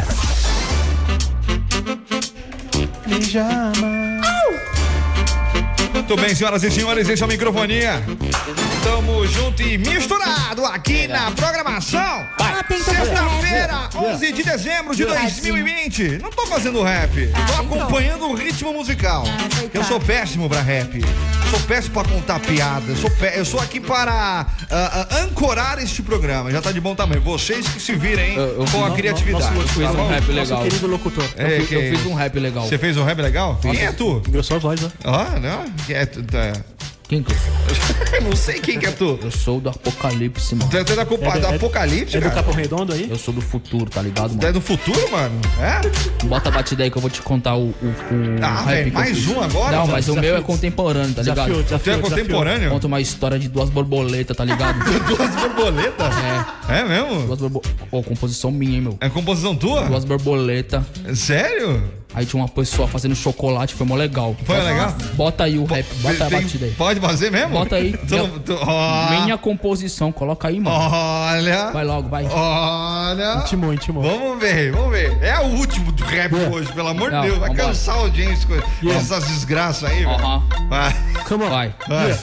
Speaker 5: Muito bem, senhoras e senhores, esse é o Microfonia. Tamo junto e misturado aqui na programação.
Speaker 4: Atento ao seu rap.
Speaker 5: Sexta-feira, 11 de dezembro de 2020. Não tô fazendo rap, tô acompanhando o ritmo musical. Eu sou péssimo pra rap. Sou péssimo pra contar piada. Eu sou, pé- eu sou aqui para ah, ah, ancorar este programa. Já tá de bom tamanho. Vocês que se virem hein,
Speaker 7: Eu- eu
Speaker 5: com a
Speaker 7: fiz-
Speaker 5: criatividade.
Speaker 7: Eu fiz
Speaker 5: tá
Speaker 7: um
Speaker 5: bom?
Speaker 7: rap
Speaker 8: Nosso
Speaker 7: legal.
Speaker 8: querido locutor.
Speaker 5: É,
Speaker 7: Eu
Speaker 5: que-
Speaker 7: fiz um rap legal.
Speaker 5: Você fez um rap legal? Quem é tu?
Speaker 8: Engrossou a voz, né?
Speaker 5: Ah, não. É, tu- tá.
Speaker 7: Quem que eu sou?
Speaker 5: não sei quem que é tu.
Speaker 7: Eu sou do apocalipse, mano.
Speaker 5: Tu é tu é da, culpa-
Speaker 8: É do-
Speaker 5: da
Speaker 8: é do-
Speaker 5: Apocalipse,
Speaker 8: É do
Speaker 5: cara?
Speaker 8: Capão Redondo aí?
Speaker 7: Eu sou do futuro, tá ligado,
Speaker 5: Tu é
Speaker 7: mano?
Speaker 5: do futuro, mano? É?
Speaker 7: Bota a batida aí que eu vou te contar o, o, o
Speaker 5: Ah,
Speaker 7: rap
Speaker 5: velho,
Speaker 7: que eu
Speaker 5: mais
Speaker 7: fiz.
Speaker 5: um agora?
Speaker 7: Não, mas o
Speaker 8: Desafio-
Speaker 7: meu é contemporâneo, tá ligado?
Speaker 8: Desafio,
Speaker 5: Tu é
Speaker 8: desafio, desafio.
Speaker 5: contemporâneo?
Speaker 7: Conta uma história de duas borboletas, tá ligado?
Speaker 5: Duas borboletas? É. É mesmo?
Speaker 7: duas borboletas. Pô, composição minha, hein, meu.
Speaker 5: É composição tua?
Speaker 7: Duas borboletas.
Speaker 5: Sério?
Speaker 7: Aí tinha uma pessoa fazendo chocolate, foi mó legal.
Speaker 5: Foi legal?
Speaker 7: Bota aí o rap, bota a
Speaker 5: Tem- Ah.
Speaker 7: batida aí.
Speaker 5: Pode fazer mesmo?
Speaker 7: Bota aí.
Speaker 5: Tu- tu- ó.
Speaker 7: Minha composição, coloca aí,
Speaker 5: Ah.
Speaker 7: mano.
Speaker 5: Olha.
Speaker 7: Vai logo, vai.
Speaker 5: Olha.
Speaker 8: Timon, Timon.
Speaker 5: Vamos ver, vamos ver. É o último do rap hoje, pelo amor de
Speaker 7: Não,
Speaker 5: Deus. Vai
Speaker 7: vambora.
Speaker 5: cansar a audiência com essas desgraças aí, velho.
Speaker 7: Aham.
Speaker 5: Vai,
Speaker 7: Come on. Vai.
Speaker 5: vai.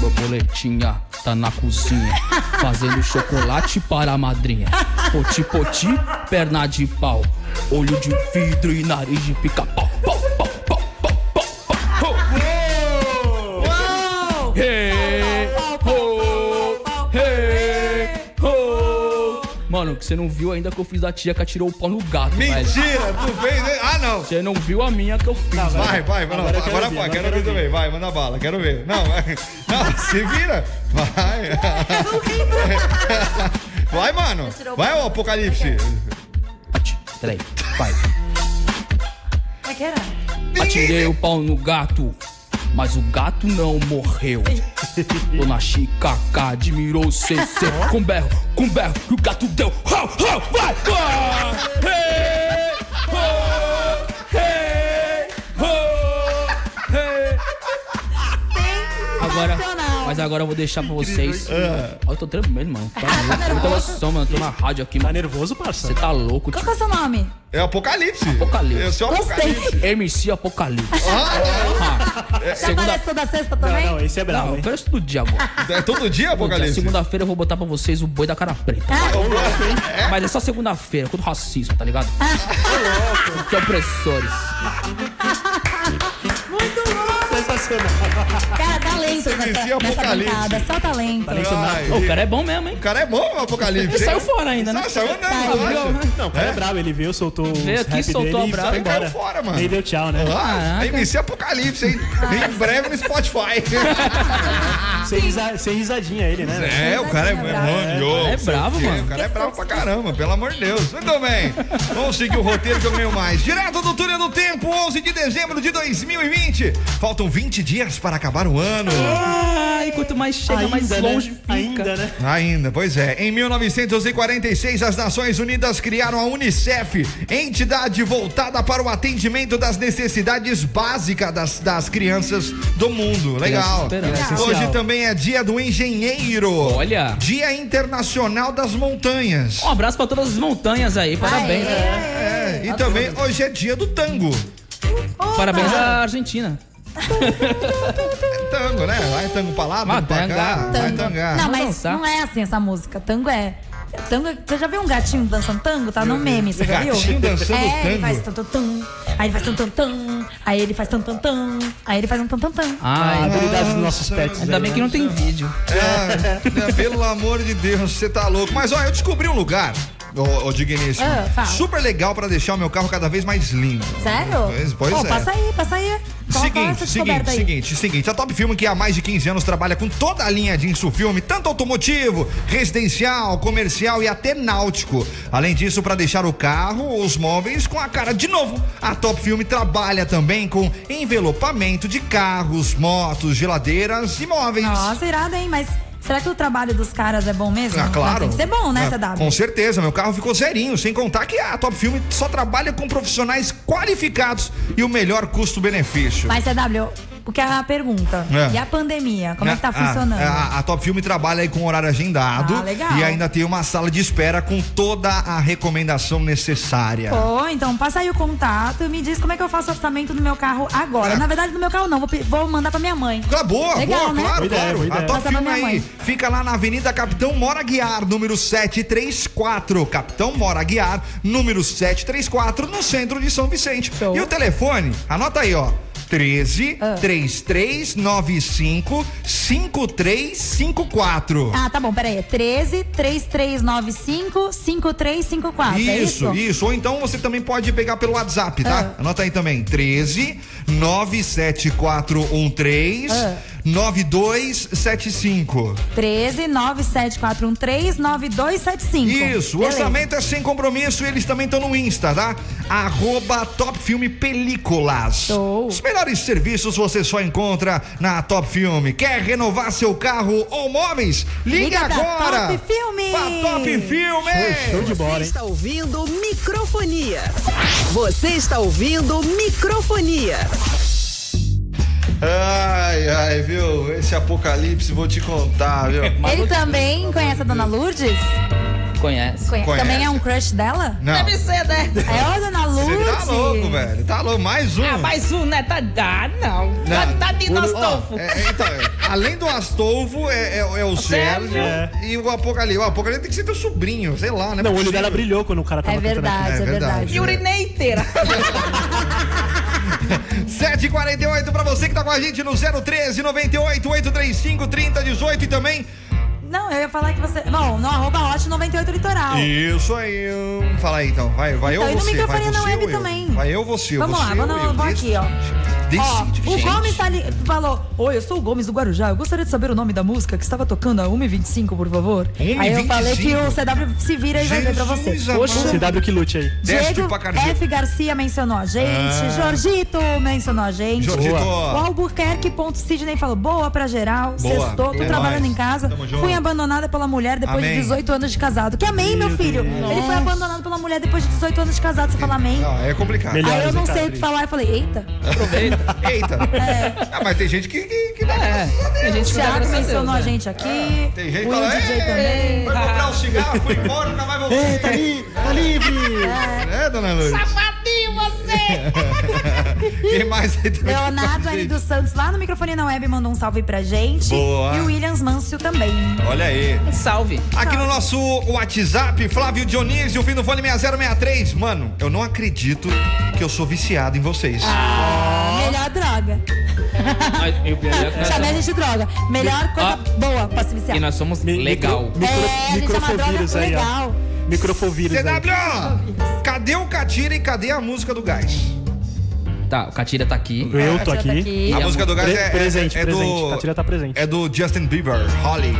Speaker 7: Borboletinha tá na cozinha, fazendo chocolate para a madrinha. Poti poti, perna de pau, olho de vidro e nariz de pica-pau. Pau, pau, pau, pau, pau, pau.
Speaker 4: Uou!
Speaker 7: Hey, ho, hey, ho. Mano, que você não viu ainda que eu fiz da tia que atirou o pau no gato, velho.
Speaker 5: Mentira, tu fez. né? Ah, não.
Speaker 7: Você não viu a minha que eu fiz, velho.
Speaker 5: Tá, Vai, vai, vai. Agora,
Speaker 8: eu quero
Speaker 5: agora,
Speaker 8: ver,
Speaker 5: vai,
Speaker 8: agora
Speaker 5: quero
Speaker 8: eu
Speaker 5: ver
Speaker 8: quero
Speaker 5: também. Vai, manda bala, quero ver. Não, vai. não, se vira. Vai. Vai, mano. Vai, ô apocalipse.
Speaker 7: Ati- Peraí, vai.
Speaker 4: Como é que era?
Speaker 7: Atirei o pau no gato, mas o gato não morreu. Tô na chicaca, admirou o CC. Com berro, com berro, e o gato deu. Ho, ho, vai! Ah, hey, ho, hey, ho, hey. Agora, mas agora eu vou deixar pra vocês. Ah, eu tô tremendo, mano. Tá louco. Muita emoção, mano. Tô na rádio aqui,
Speaker 8: Tá
Speaker 7: mano.
Speaker 8: nervoso, parça?
Speaker 7: Você tá louco,
Speaker 4: Qual
Speaker 7: tio.
Speaker 4: que é o seu nome?
Speaker 5: É o apocalipse.
Speaker 7: Apocalipse.
Speaker 5: Eu sou o
Speaker 4: Gostei.
Speaker 5: apocalipse.
Speaker 7: MC Apocalipse. Ah,
Speaker 4: Você
Speaker 7: segunda
Speaker 4: aparece toda sexta
Speaker 8: Não,
Speaker 4: também?
Speaker 8: não, esse é brabo, hein?
Speaker 7: Não,
Speaker 5: tá
Speaker 7: eu quero estudar agora.
Speaker 5: É todo dia
Speaker 7: Dia,
Speaker 5: apocalipse.
Speaker 7: Segunda-feira eu vou botar pra vocês o boi da cara preta.
Speaker 8: Ah.
Speaker 7: Mas é só segunda-feira, contra o racismo, tá ligado?
Speaker 8: Ah.
Speaker 7: Que opressores.
Speaker 8: é
Speaker 4: Cara, talentos
Speaker 5: Esse é
Speaker 4: nessa, nessa
Speaker 5: Apocalipse.
Speaker 4: brincada, só talentos.
Speaker 5: Ai,
Speaker 7: Ô, o cara é bom mesmo, hein?
Speaker 5: O cara é bom, o apocalipse.
Speaker 7: Ele
Speaker 5: hein?
Speaker 7: saiu fora ainda, né?
Speaker 5: Sa- Saiu
Speaker 4: Saiu,
Speaker 5: andando, eu
Speaker 4: viu?
Speaker 5: acho.
Speaker 8: Não, o cara é brabo, ele veio, soltou os
Speaker 7: Veio aqui,
Speaker 8: rap
Speaker 7: soltou a
Speaker 8: dele e
Speaker 7: braba.
Speaker 8: foi
Speaker 5: Ele caiu
Speaker 8: embora.
Speaker 5: fora, mano.
Speaker 8: Nem deu tau, né?
Speaker 5: Ah,
Speaker 7: Caraca.
Speaker 5: MC Apocalipse, hein? em breve no Spotify.
Speaker 8: Sem, risa- sem risadinha ele, né?
Speaker 5: É, o cara é
Speaker 7: O
Speaker 5: mano.
Speaker 7: cara é bravo,
Speaker 5: O
Speaker 7: mano.
Speaker 5: cara é bravo pra caramba, pelo amor de Deus. Muito bem. Vamos seguir o roteiro que eu ganho mais. Direto do Túnel do Tempo, 11 de dezembro de 2020. Faltam 20 20 dias para acabar o ano.
Speaker 6: Ai, quanto mais chega, mais longe fica.
Speaker 8: né? Ainda, né?
Speaker 5: Ainda, pois é. Em 1946, as Nações Unidas criaram a Unicef, entidade voltada para o atendimento das necessidades básicas das, das crianças do mundo. Legal.
Speaker 7: esperança.
Speaker 5: Hoje
Speaker 8: Legal.
Speaker 5: também é dia do engenheiro.
Speaker 7: Olha.
Speaker 5: Dia Internacional das Montanhas.
Speaker 7: Um abraço pra todas as montanhas aí, parabéns. né?
Speaker 5: É, e
Speaker 4: Tá
Speaker 5: também hoje é dia do tango.
Speaker 7: Parabéns à Argentina.
Speaker 5: É tango, né? Vai tango pra lá, tango pra
Speaker 7: Vai
Speaker 5: cá,
Speaker 7: tangar.
Speaker 5: vai
Speaker 4: Tango.
Speaker 5: tangar.
Speaker 4: Não,
Speaker 7: Vamos
Speaker 4: mas
Speaker 7: dançar.
Speaker 4: não é assim essa música. Tango é. Tango, é- você já viu um gatinho dançando tango? Tá no meme, você já viu?
Speaker 5: Gatinho dançando
Speaker 4: é,
Speaker 5: tango.
Speaker 4: Ele faz tan, tan, tan, aí ele faz tan, tan, tan, aí ele faz tan, tan, tan, aí ele faz um tan, tan, tan.
Speaker 8: Ah,
Speaker 7: Ai,
Speaker 8: Habilidades dos nossos pets.
Speaker 7: ainda
Speaker 8: aí,
Speaker 7: bem
Speaker 8: né?
Speaker 7: que não tem vídeo.
Speaker 5: É, né, pelo amor de Deus, você tá louco. Mas ó, eu descobri um lugar, ô, ô Digníssimo,
Speaker 4: Ah, fala.
Speaker 5: super legal pra deixar o meu carro cada vez mais lindo.
Speaker 4: Sério?
Speaker 5: Pois- pois
Speaker 4: Pô,
Speaker 5: é.
Speaker 4: passa aí, passa aí. Qual, qual é essa
Speaker 5: Seguinte,
Speaker 4: descoberta
Speaker 5: seguinte,
Speaker 4: aí?
Speaker 5: seguinte, seguinte. A Top Filme, que há mais de 15 anos trabalha com toda a linha de insufilme, tanto automotivo, residencial, comercial e até náutico. Além disso, para deixar o carro, os móveis com a cara de novo. A Top Filme trabalha também com envelopamento de carros, motos, geladeiras e móveis.
Speaker 4: Nossa, irado, hein? Mas será que o trabalho dos caras é bom mesmo?
Speaker 5: Ah, claro.
Speaker 4: Tem que ser bom, né,
Speaker 5: Ah,
Speaker 4: CW?
Speaker 5: Com certeza, meu carro ficou zerinho, sem contar que a Top Filme só trabalha com profissionais qualificados e o melhor custo-benefício.
Speaker 4: Mas, CW, o que é a pergunta?
Speaker 5: É.
Speaker 4: E a pandemia? Como é que tá
Speaker 5: Ah,
Speaker 4: funcionando?
Speaker 5: A, a Top Filme trabalha aí com horário agendado
Speaker 4: Ah, legal.
Speaker 5: e ainda tem uma sala de espera com toda a recomendação necessária.
Speaker 4: Pô, então passa aí o contato e me diz como é que eu faço o orçamento do meu carro
Speaker 5: É.
Speaker 4: agora. Na verdade, do meu carro não, vou, pe- vou mandar pra minha mãe.
Speaker 5: Tá boa,
Speaker 4: Legal,
Speaker 5: boa,
Speaker 4: né?
Speaker 5: claro,
Speaker 8: Boa ideia,
Speaker 5: claro.
Speaker 8: boa
Speaker 5: A
Speaker 8: ideia.
Speaker 5: Top
Speaker 4: Passa pra
Speaker 5: Filme aí
Speaker 4: minha mãe.
Speaker 5: fica lá na Avenida Capitão Mora Guiar, número 734. Capitão Mora Guiar, número 734, no centro de São Vicente. E o telefone, anota aí, ó. 13
Speaker 4: Ah.
Speaker 5: 3395 5354.
Speaker 4: Ah, tá bom, peraí. É 13 3395 5354. é
Speaker 5: Isso,
Speaker 4: isso?
Speaker 5: isso. Ou então você também pode pegar pelo WhatsApp, tá?
Speaker 4: Ah.
Speaker 5: Anota aí também. 13 97413
Speaker 4: Ah.
Speaker 5: 9275.
Speaker 4: 13 97413 9275.
Speaker 5: Isso, o
Speaker 4: Beleza.
Speaker 5: orçamento é sem compromisso e eles também estão no Insta, tá? Arroba Top Filme Películas.
Speaker 4: Show.
Speaker 5: Os melhores serviços você só encontra na Top Filme. Quer renovar seu carro ou móveis? Liga,
Speaker 4: Liga pra
Speaker 5: agora!
Speaker 4: Top Filme.
Speaker 5: Pra Top Filme!
Speaker 8: Show de bola,
Speaker 3: Você
Speaker 8: hein?
Speaker 3: está ouvindo microfonia. Você está ouvindo microfonia.
Speaker 5: Ai, ai, viu? Esse apocalipse vou te contar, viu?
Speaker 4: Ele também conhece a dona Lourdes?
Speaker 7: Conhece.
Speaker 4: Conhe-
Speaker 5: Conhece.
Speaker 4: Também é um crush dela?
Speaker 5: Não.
Speaker 9: Deve ser, né?
Speaker 4: É a dona
Speaker 5: Você
Speaker 4: Lourdes.
Speaker 5: tá louco, velho. Tá louco. Mais um.
Speaker 9: Ah, mais um, né? Tá, ah, não. Tá, tá de
Speaker 5: Ó,
Speaker 9: nostolfo.
Speaker 5: é- é, então, é, além do Astolfo, é, é- é o Sérgio,
Speaker 8: Sérgio.
Speaker 5: e o Apocalipse. O Apocalipse tem que ser teu sobrinho, sei lá, né?
Speaker 8: Não, o olho dela brilhou quando o cara tava
Speaker 4: É
Speaker 8: tentando aqui.
Speaker 4: verdade, é,
Speaker 5: É verdade.
Speaker 4: verdade.
Speaker 9: E urinei inteira.
Speaker 5: 7h48 pra você que tá com a gente no 013 98 835 3018 e também.
Speaker 4: Não, eu ia falar que você. Bom, no arroba hot 98 litoral.
Speaker 5: Isso aí. hum, Fala aí então. Vai, vai
Speaker 4: Então,
Speaker 5: eu
Speaker 4: e no
Speaker 5: você. Vai
Speaker 4: microfone
Speaker 5: você
Speaker 4: na web
Speaker 5: ou eu?
Speaker 4: também.
Speaker 5: Vai eu você. eu,
Speaker 4: Vamos lá,
Speaker 5: você,
Speaker 4: vamos
Speaker 5: eu,
Speaker 4: lá,
Speaker 5: eu.
Speaker 4: vou aqui, ó. Ó,
Speaker 5: Decide,
Speaker 4: o
Speaker 5: gente.
Speaker 4: Gomes tá ali- falou: Oi, eu sou o Gomes do Guarujá. Eu gostaria de saber o nome da música que estava tocando a 1h25, por favor.
Speaker 5: 1h25?
Speaker 4: Aí eu falei que o CW se vira e vai ver pra você.
Speaker 5: Jesus amado.
Speaker 8: CW que lute aí.
Speaker 5: Desce
Speaker 4: Diego
Speaker 5: pra caramba. Ah.
Speaker 4: F. Garcia mencionou a gente. Jorgito mencionou a gente.
Speaker 5: Jorgito.
Speaker 4: O Albuquerque. Sidney falou: boa pra geral. Sextou, tô
Speaker 5: É
Speaker 4: trabalhando
Speaker 5: nóis.
Speaker 4: em casa.
Speaker 5: Tamo junto.
Speaker 4: Fui abandonada pela mulher depois
Speaker 5: Amém.
Speaker 4: de 18 anos de casado. Que amém, meu filho. Ele foi abandonado pela mulher depois de 18 anos de casado. Você fala amém.
Speaker 5: Não, é complicado.
Speaker 8: Melhor.
Speaker 4: Aí eu
Speaker 8: Melhores
Speaker 4: não
Speaker 8: em
Speaker 4: sei o
Speaker 8: Catriz.
Speaker 4: que falar. Eu falei: eita. é,
Speaker 5: Eita. Ah, mas tem gente que. que, que dá né?
Speaker 7: É, tem gente que dá
Speaker 4: Thiago
Speaker 7: graças a Deus. né?
Speaker 4: mencionou a gente aqui.
Speaker 5: É, Tem gente
Speaker 4: O
Speaker 5: que fala,
Speaker 4: DJ
Speaker 5: "Ei,
Speaker 4: também.
Speaker 5: Foi comprar um cigarro, foi embora, nunca mais voltou.
Speaker 8: Tá ali, tá livre!
Speaker 5: É, dona Lourdes?
Speaker 9: Safadinho você!
Speaker 5: Quem mais aí tá também?
Speaker 4: Leonardo L. dos Santos, lá no microfone na web, mandou um salve pra gente.
Speaker 5: Boa.
Speaker 4: E o Williams Mancio também.
Speaker 5: Olha aí.
Speaker 9: Salve.
Speaker 5: Aqui no nosso WhatsApp, Flávio Dionísio, fim do fone 6063. Mano, eu não acredito que eu sou viciado em vocês.
Speaker 4: Melhor droga.
Speaker 7: Mas eu-
Speaker 4: Chamei a gente de droga. Melhor coisa
Speaker 7: Ah.
Speaker 4: boa pra se viciar.
Speaker 7: E nós somos
Speaker 8: Mi-
Speaker 7: legal.
Speaker 8: micro- micro-
Speaker 4: É, a gente chama
Speaker 8: microfovírus
Speaker 4: droga
Speaker 8: aí, ó.
Speaker 4: legal.
Speaker 8: Microfovírus aí.
Speaker 5: CW, cadê o Catira e cadê a música do gás?
Speaker 7: Tá, o Catira tá aqui.
Speaker 8: Eu tô
Speaker 4: Já tá
Speaker 8: aqui.
Speaker 5: a
Speaker 7: a
Speaker 5: música do gás
Speaker 8: Pre-
Speaker 5: é, é-
Speaker 8: presente,
Speaker 5: é do.
Speaker 8: presente. Catira tá presente.
Speaker 5: É do Justin Bieber, Holly.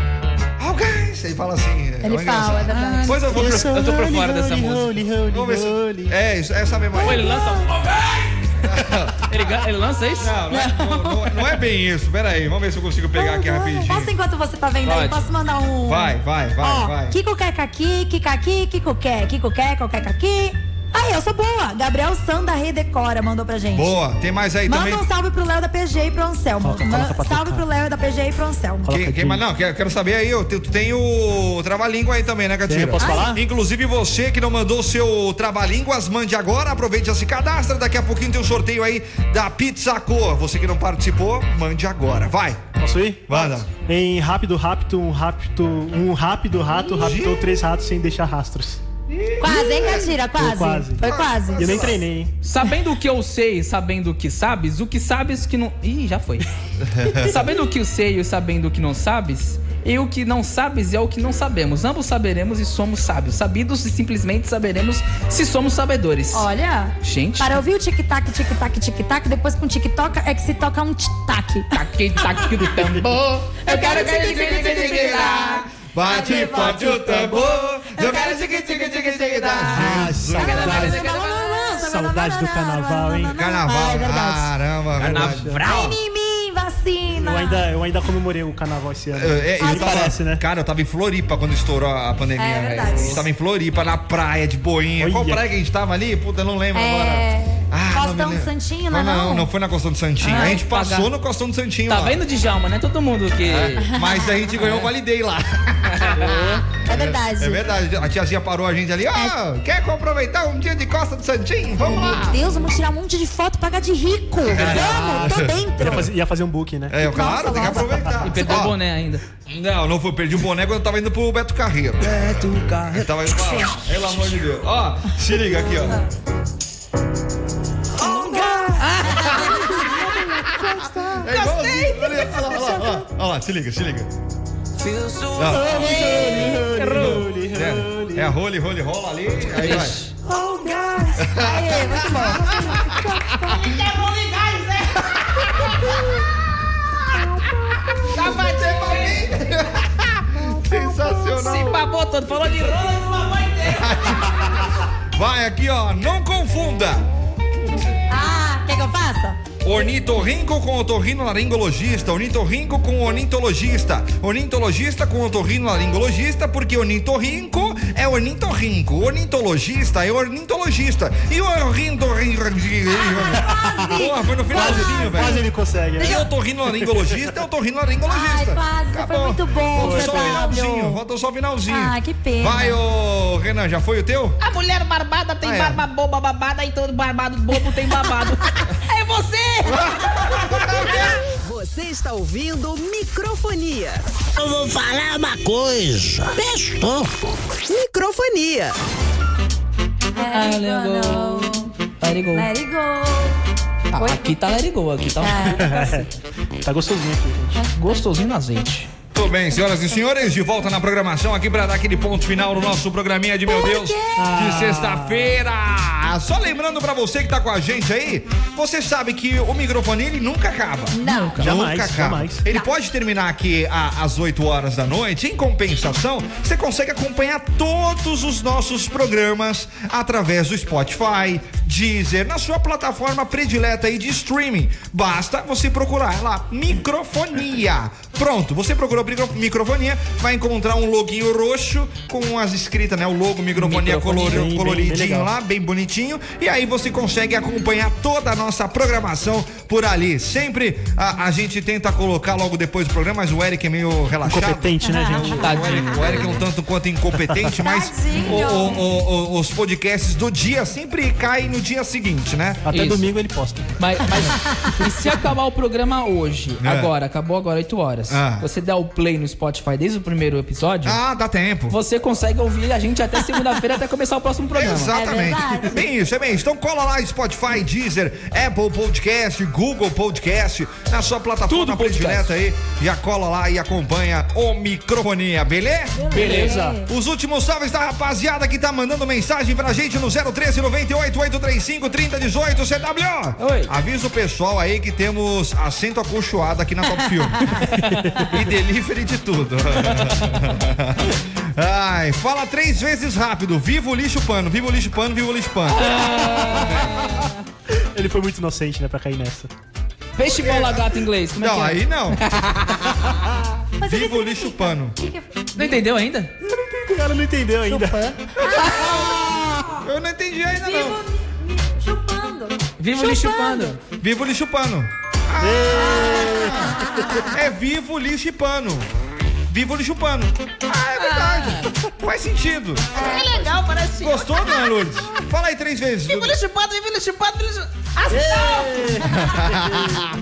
Speaker 5: Oh, guys! Ele fala assim. é
Speaker 4: Ele
Speaker 5: uma
Speaker 4: fala, é
Speaker 5: engraçada.
Speaker 4: verdade.
Speaker 5: Pois eu vou.
Speaker 7: Eu tô por fora dessa música.
Speaker 5: Vamos ver se. É, isso- essa mesmo
Speaker 7: Ou ele
Speaker 5: aí.
Speaker 7: lança um.
Speaker 6: Ele, ga- ele lança isso?
Speaker 5: Não, não é, não- não é- não é bem isso. Pera aí, vamos ver se eu consigo pegar aqui
Speaker 4: Vamos,
Speaker 5: rapidinho.
Speaker 4: Posso, enquanto você tá vendo aí,
Speaker 6: Pode.
Speaker 4: posso mandar um...
Speaker 5: Vai, vai, vai,
Speaker 4: Ó,
Speaker 5: vai.
Speaker 4: Kiko quer caqui, Kika aqui, Kiko quer, Kiko quer, Kiko quer caqui. Aí, eu sou boa. Gabriel Sanda Redecora mandou pra gente.
Speaker 5: Boa, tem mais aí
Speaker 4: Manda
Speaker 5: também.
Speaker 4: um salve pro Léo da PG e pro Anselmo.
Speaker 8: Coloca, coloca
Speaker 4: Ma-
Speaker 8: pra
Speaker 4: salve
Speaker 8: tocar.
Speaker 4: pro Léo da PG e pro Anselmo.
Speaker 8: Coloca
Speaker 5: Quem,
Speaker 8: aqui.
Speaker 5: quem, mas não, quero, quero saber aí, eu, te- tu tem o trava-língua aí também, né, Gatinha?
Speaker 8: Tem, posso Ai. falar?
Speaker 5: Inclusive você que não mandou o seu trava-línguas, mande agora, aproveite já se cadastra, daqui a pouquinho tem um sorteio aí da Pizza Cor. Você que não participou, mande agora, vai.
Speaker 8: Posso ir?
Speaker 5: Manda.
Speaker 8: Em rápido, rápido, um rápido, um rápido rato raptou três ratos sem deixar rastros.
Speaker 4: Quase, hein, Catira? Quase.
Speaker 8: quase.
Speaker 4: Foi quase.
Speaker 8: E eu nem treinei, hein?
Speaker 6: Sabendo o que eu sei, sabendo o que sabes, o que sabes que não. Ih, já foi. sabendo o que eu sei e sabendo o que não sabes, e o que não sabes é o que não sabemos. Ambos saberemos e somos sábios. Sabidos e simplesmente saberemos se somos sabedores.
Speaker 4: Olha.
Speaker 6: Gente.
Speaker 4: Para ouvir o tic-tac, tic-tac, tic-tac, depois com tic-toca é que se toca um tic-tac.
Speaker 6: Taque, taque tá do tambor.
Speaker 4: Eu quero que
Speaker 5: Bate forte o tambor, eu quero tique tique tique tique
Speaker 8: Ah, Saudade do carnaval, hein?
Speaker 5: Carnaval,
Speaker 4: Ah, é verdade.
Speaker 5: caramba, verdade.
Speaker 6: Carnaval.
Speaker 4: Vem em mim, vacina.
Speaker 8: Eu ainda, eu ainda comemorei o carnaval esse ano.
Speaker 5: É, é, eu
Speaker 8: Nem
Speaker 5: tava-
Speaker 8: parece, né?
Speaker 5: Cara, eu tava em Floripa quando estourou a pandemia.
Speaker 4: É
Speaker 5: velho.
Speaker 4: verdade.
Speaker 5: A gente tava em Floripa, na praia de Boinha. Qual
Speaker 8: Olha.
Speaker 5: praia que a gente tava ali? Puta, eu não lembro
Speaker 4: É,
Speaker 5: agora. Ah,
Speaker 4: Costão
Speaker 5: não me lembro.
Speaker 4: do Santinho, não é
Speaker 5: Não,
Speaker 4: não?
Speaker 5: não foi na Costão do Santinho.
Speaker 6: Ah,
Speaker 5: a gente
Speaker 6: vou pagar.
Speaker 5: passou no Costão do Santinho
Speaker 6: Tá
Speaker 5: lá.
Speaker 6: vendo, Djalma? Não é todo mundo que.
Speaker 5: Mas a gente ganhou o Validei lá.
Speaker 4: É verdade.
Speaker 5: É verdade. A tiazinha parou a gente ali. Ah, quer aproveitar um dia de Costa do Santinho? Vamos
Speaker 4: Meu
Speaker 5: lá.
Speaker 4: Deus, vamos tirar um monte de foto e pagar de rico. Vamos, tô
Speaker 8: Ia
Speaker 4: dentro.
Speaker 8: fazer, ia fazer um book, né?
Speaker 5: É, claro, tem que
Speaker 4: nossa.
Speaker 5: aproveitar.
Speaker 6: E perdeu
Speaker 5: Ó,
Speaker 6: o boné ainda.
Speaker 5: Não, não foi. Perdi o boné quando eu tava indo pro Beto Carreiro.
Speaker 6: Beto Carreiro.
Speaker 5: Eu tava indo pra lá. Pelo amor de Deus. Ó, se liga aqui, ó. É igualzinho. Olha, olha lá, olha lá, olha lá. Olha lá, se liga, se liga. Não, é, é role, role, rola ali. Aí vai.
Speaker 6: Ixi.
Speaker 4: Aê, muito bom.
Speaker 5: Já vai ter pra mim.
Speaker 6: Se
Speaker 5: Sensacional.
Speaker 6: babou todo, falou de rola e mamãe dele.
Speaker 5: Vai aqui, ó. Não confunda
Speaker 4: Ah, quer que eu faça?
Speaker 5: ornitorrinco com otorrinolaringologista, ornitorrinco com ornitologista, ornitologista com otorrinolaringologista, porque ornitorrinco é ornitorrinco, ornitologista é ornitologista. E o ornitorrinco...
Speaker 4: Ah,
Speaker 5: Porra, foi no finalzinho,
Speaker 8: Quase
Speaker 5: velho.
Speaker 8: ele consegue, né?
Speaker 5: E otorrinolaringologista é
Speaker 4: Ai,
Speaker 5: otorrinolaringologista.
Speaker 4: quase, foi
Speaker 5: Acabou.
Speaker 4: muito bom,
Speaker 5: Faltou só um o
Speaker 4: Fernando.
Speaker 5: finalzinho, faltou só o finalzinho.
Speaker 4: Ah, que pena.
Speaker 5: Vai, ô Renan, já foi o teu?
Speaker 9: A mulher barbada tem
Speaker 5: Ah, é.
Speaker 9: barba boba babada e todo barbado bobo tem babado. é você!
Speaker 3: Você está ouvindo Microfonia.
Speaker 1: Eu vou falar uma coisa. Pestou.
Speaker 3: Microfonia.
Speaker 4: Let it go,
Speaker 6: Let it go.
Speaker 4: let it go.
Speaker 6: Ah, Tá aqui tá let it go, aqui tá.
Speaker 4: É.
Speaker 8: Tá gostosinho aqui, gente.
Speaker 6: Gostosinho no azeite.
Speaker 5: Tudo bem, senhoras e senhores, de volta na programação aqui para dar aquele ponto final no nosso programinha de Meu Deus de sexta-feira. Só lembrando para você que tá com a gente aí, você sabe que o microfone ele nunca acaba.
Speaker 4: Não.
Speaker 8: Jamais,
Speaker 5: nunca acaba.
Speaker 8: jamais.
Speaker 5: Ele pode terminar aqui a- às 8 horas da noite. Em compensação, você consegue acompanhar todos os nossos programas através do Spotify, Deezer, na sua plataforma predileta aí de streaming. Basta você procurar lá microfonia. Pronto, você procurou micro- microfonia, vai encontrar um loginho roxo com as escritas, né? O logo microfonia,
Speaker 6: Microfonia,
Speaker 5: colori-
Speaker 8: bem, bem, bem
Speaker 5: coloridinho
Speaker 8: legal.
Speaker 5: lá lá, bem bonitinho. E aí você consegue acompanhar toda a nossa programação por ali. Sempre a, a gente tenta colocar logo depois do programa, mas o Eric é meio relaxado.
Speaker 8: Competente, né, gente?
Speaker 6: Tadinho.
Speaker 5: O Eric é um tanto quanto incompetente, mas
Speaker 4: Tadinho.
Speaker 5: o- o- o- os podcasts do dia sempre caem no dia seguinte, né?
Speaker 8: Até
Speaker 6: Isso.
Speaker 8: domingo ele posta.
Speaker 6: Mas, mas e se acabar o programa hoje,
Speaker 5: É.
Speaker 6: agora, acabou agora 8 horas,
Speaker 5: Ah.
Speaker 6: você der o play no Spotify desde o primeiro episódio,
Speaker 5: Ah, dá tempo.
Speaker 6: você consegue ouvir a gente até segunda-feira até começar o próximo programa.
Speaker 5: Exatamente.
Speaker 4: É verdade.
Speaker 5: bem isso, é bem isso. Então cola lá Spotify, Deezer, Apple Podcast, Google Podcast, na sua plataforma
Speaker 6: Tudo podcast.
Speaker 5: predileta aí. Já cola lá e acompanha o Microfonia, beleza?
Speaker 6: Beleza.
Speaker 5: Os últimos salves da rapaziada que tá mandando mensagem pra gente no 013 98 835 3018 CWO.
Speaker 6: Oi.
Speaker 5: Avisa o pessoal aí que temos assento acolchoado aqui na Top Filme. e delivery de tudo. Ai, fala três
Speaker 6: Ah,
Speaker 5: vezes rápido. Viva o lixo pano, viva o lixo pano, viva o lixo pano.
Speaker 8: Ele foi muito inocente, né, pra cair nessa.
Speaker 6: Peixe bola gato em inglês. Como é
Speaker 5: Não,
Speaker 6: que é?
Speaker 5: aí não.
Speaker 4: Mas ele
Speaker 5: Vivo lixo
Speaker 4: significa-
Speaker 5: pano.
Speaker 4: O que que é?
Speaker 6: Não entendeu ainda?
Speaker 8: Ela não entendeu ainda.
Speaker 5: Eu não entendi ainda não.
Speaker 4: Vivo me, me chupando.
Speaker 6: Vivo lhe chupando.
Speaker 5: Vivo lixo pano. Ah! É vivo lixo e pano. Vivo lixo pano. Ah, é verdade. Faz sentido.
Speaker 9: É legal, parece.
Speaker 5: Gostou, dona Lourdes? Fala aí três vezes.
Speaker 9: Vivo ele chupando, vivo ele chupando, vivo ele chupando. Ação!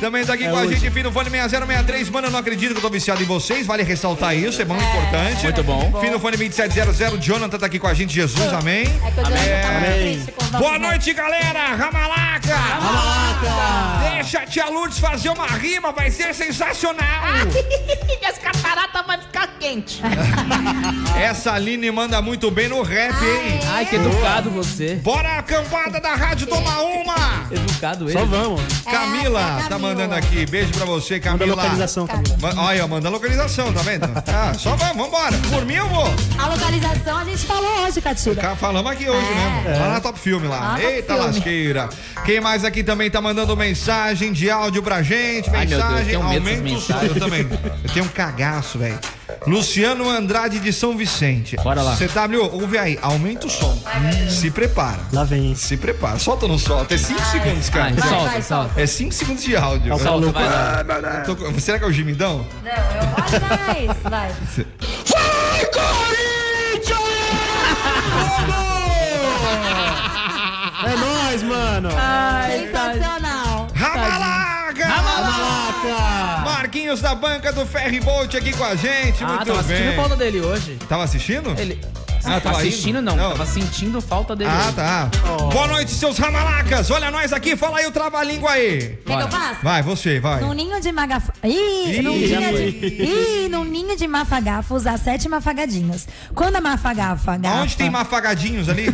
Speaker 5: Também tá aqui com a gente, Fino Fone 6063. Mano, eu não acredito que eu tô viciado em vocês. Vale ressaltar isso, é muito importante. Muito
Speaker 6: bom.
Speaker 5: Fino Fone 2700, Jonathan tá aqui com a gente, Jesus, amém.
Speaker 4: É que eu tava muito triste com os nossos
Speaker 5: Boa noite, galera! Ramalaca! Deixa a tia Lourdes fazer uma rima, vai ser sensacional!
Speaker 9: Minhas cataratas vão ficar quentes.
Speaker 5: Essa Aline manda muito bem no rap, hein?
Speaker 6: Ai, que educado você.
Speaker 5: Bora a cambada da rádio tomar uma!
Speaker 6: Educado ele.
Speaker 8: Só vamos.
Speaker 5: Camila tá
Speaker 4: É, Camila.
Speaker 5: mandando aqui, beijo pra você,
Speaker 8: Manda
Speaker 5: Camila.
Speaker 8: localização, Camila.
Speaker 5: Ma- Olha, manda a localização, tá vendo? Ah, só vamos, vambora. Por mim eu vou.
Speaker 4: A localização a gente falou hoje, Catira.
Speaker 5: Cá, Falamos aqui hoje, né? Lá na Top Filme lá.
Speaker 4: É. Lá na Top
Speaker 5: Eita
Speaker 4: Filme.
Speaker 5: lasqueira. Quem mais aqui também tá mandando mensagem de áudio pra gente?
Speaker 6: Ai, meu Deus,
Speaker 5: Mensagem.
Speaker 6: tenho medo
Speaker 5: Aumenta
Speaker 6: dessas
Speaker 5: o som, Eu também. Eu tenho um cagaço, velho. Luciano Andrade de São Vicente.
Speaker 6: Bora lá.
Speaker 5: CW, ouve aí. Aumenta o som. Se prepara.
Speaker 8: Lá vem.
Speaker 5: Se prepara. Solta ou não solta? É 5 segundos, cara.
Speaker 6: Ai,
Speaker 4: vai,
Speaker 6: solta,
Speaker 4: vai,
Speaker 6: solta.
Speaker 5: É 5 segundos de áudio.
Speaker 8: Tá louco.
Speaker 6: vai lá.
Speaker 5: Tô com- Será que é o gemidão?
Speaker 4: Não, eu olho mais. Vai.
Speaker 8: É nóis, mano.
Speaker 4: Sensacional.
Speaker 6: Tá,
Speaker 5: Ramalaga! Marquinhos da banca do Ferry Bolt aqui com a gente.
Speaker 6: Ah,
Speaker 5: Muito
Speaker 6: tava
Speaker 5: bem.
Speaker 6: assistindo falta dele hoje.
Speaker 5: Tava assistindo?
Speaker 6: Ele.
Speaker 5: Ah, tava
Speaker 6: assistindo
Speaker 5: indo?
Speaker 6: não,
Speaker 5: Não.
Speaker 6: tava sentindo falta dele.
Speaker 5: Ah,
Speaker 6: hoje.
Speaker 5: tá. Boa noite, seus ramalacas. Olha nós aqui, fala aí o trava-língua aí.
Speaker 4: O que, que eu
Speaker 6: Bora.
Speaker 4: faço?
Speaker 5: Vai, você, vai.
Speaker 4: Num ninho de magafa... Ih,
Speaker 5: Ih,
Speaker 4: num
Speaker 5: já
Speaker 4: ninho
Speaker 5: foi.
Speaker 4: de... Ih, num ninho de mafagafos, há sete mafagadinhas. Quando a mafagafa gafa...
Speaker 5: Onde tem mafagadinhos ali?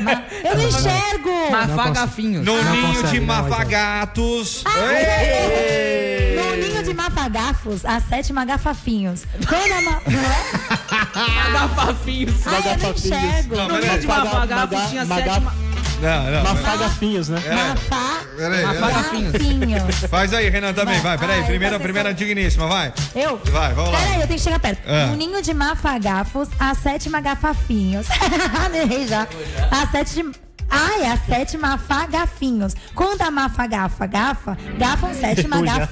Speaker 4: ma- Eu não enxergo!
Speaker 6: Mafagafinhos.
Speaker 5: No
Speaker 8: Não
Speaker 5: ninho
Speaker 8: consegue,
Speaker 5: de
Speaker 8: não,
Speaker 5: mafagatos.
Speaker 4: Ah, é.
Speaker 5: Ei!
Speaker 4: Num ninho de mafagafos, há sete magafafinhos. Quando a ma... Não é?
Speaker 6: Ah, Mafagafinhos.
Speaker 4: Ai, eu não enxergo.
Speaker 5: Não,
Speaker 6: No
Speaker 5: peraí.
Speaker 6: meio de mafagafos tinha sete. ma-
Speaker 5: Não, não. não.
Speaker 8: Mafagafinhos, né?
Speaker 4: Mafagafinhos.
Speaker 5: É. Peraí, peraí.
Speaker 6: Mafagafinhos.
Speaker 5: Faz aí, Renan, também. Vai,
Speaker 4: Vai.
Speaker 5: peraí.
Speaker 4: Ai,
Speaker 5: Primeira,
Speaker 4: vocês
Speaker 5: primeira
Speaker 4: são-
Speaker 5: digníssima, vai.
Speaker 4: Eu?
Speaker 5: Vai, vamos lá.
Speaker 4: Peraí, eu tenho que chegar perto.
Speaker 5: Ah.
Speaker 4: Um ninho de mafagafos, a sete magafafinhos. Errei já. A sete de... Ai, a sete mafagafinhos. Quando a mafagafa gafa, gafam sete
Speaker 8: Errou já.
Speaker 4: magaf...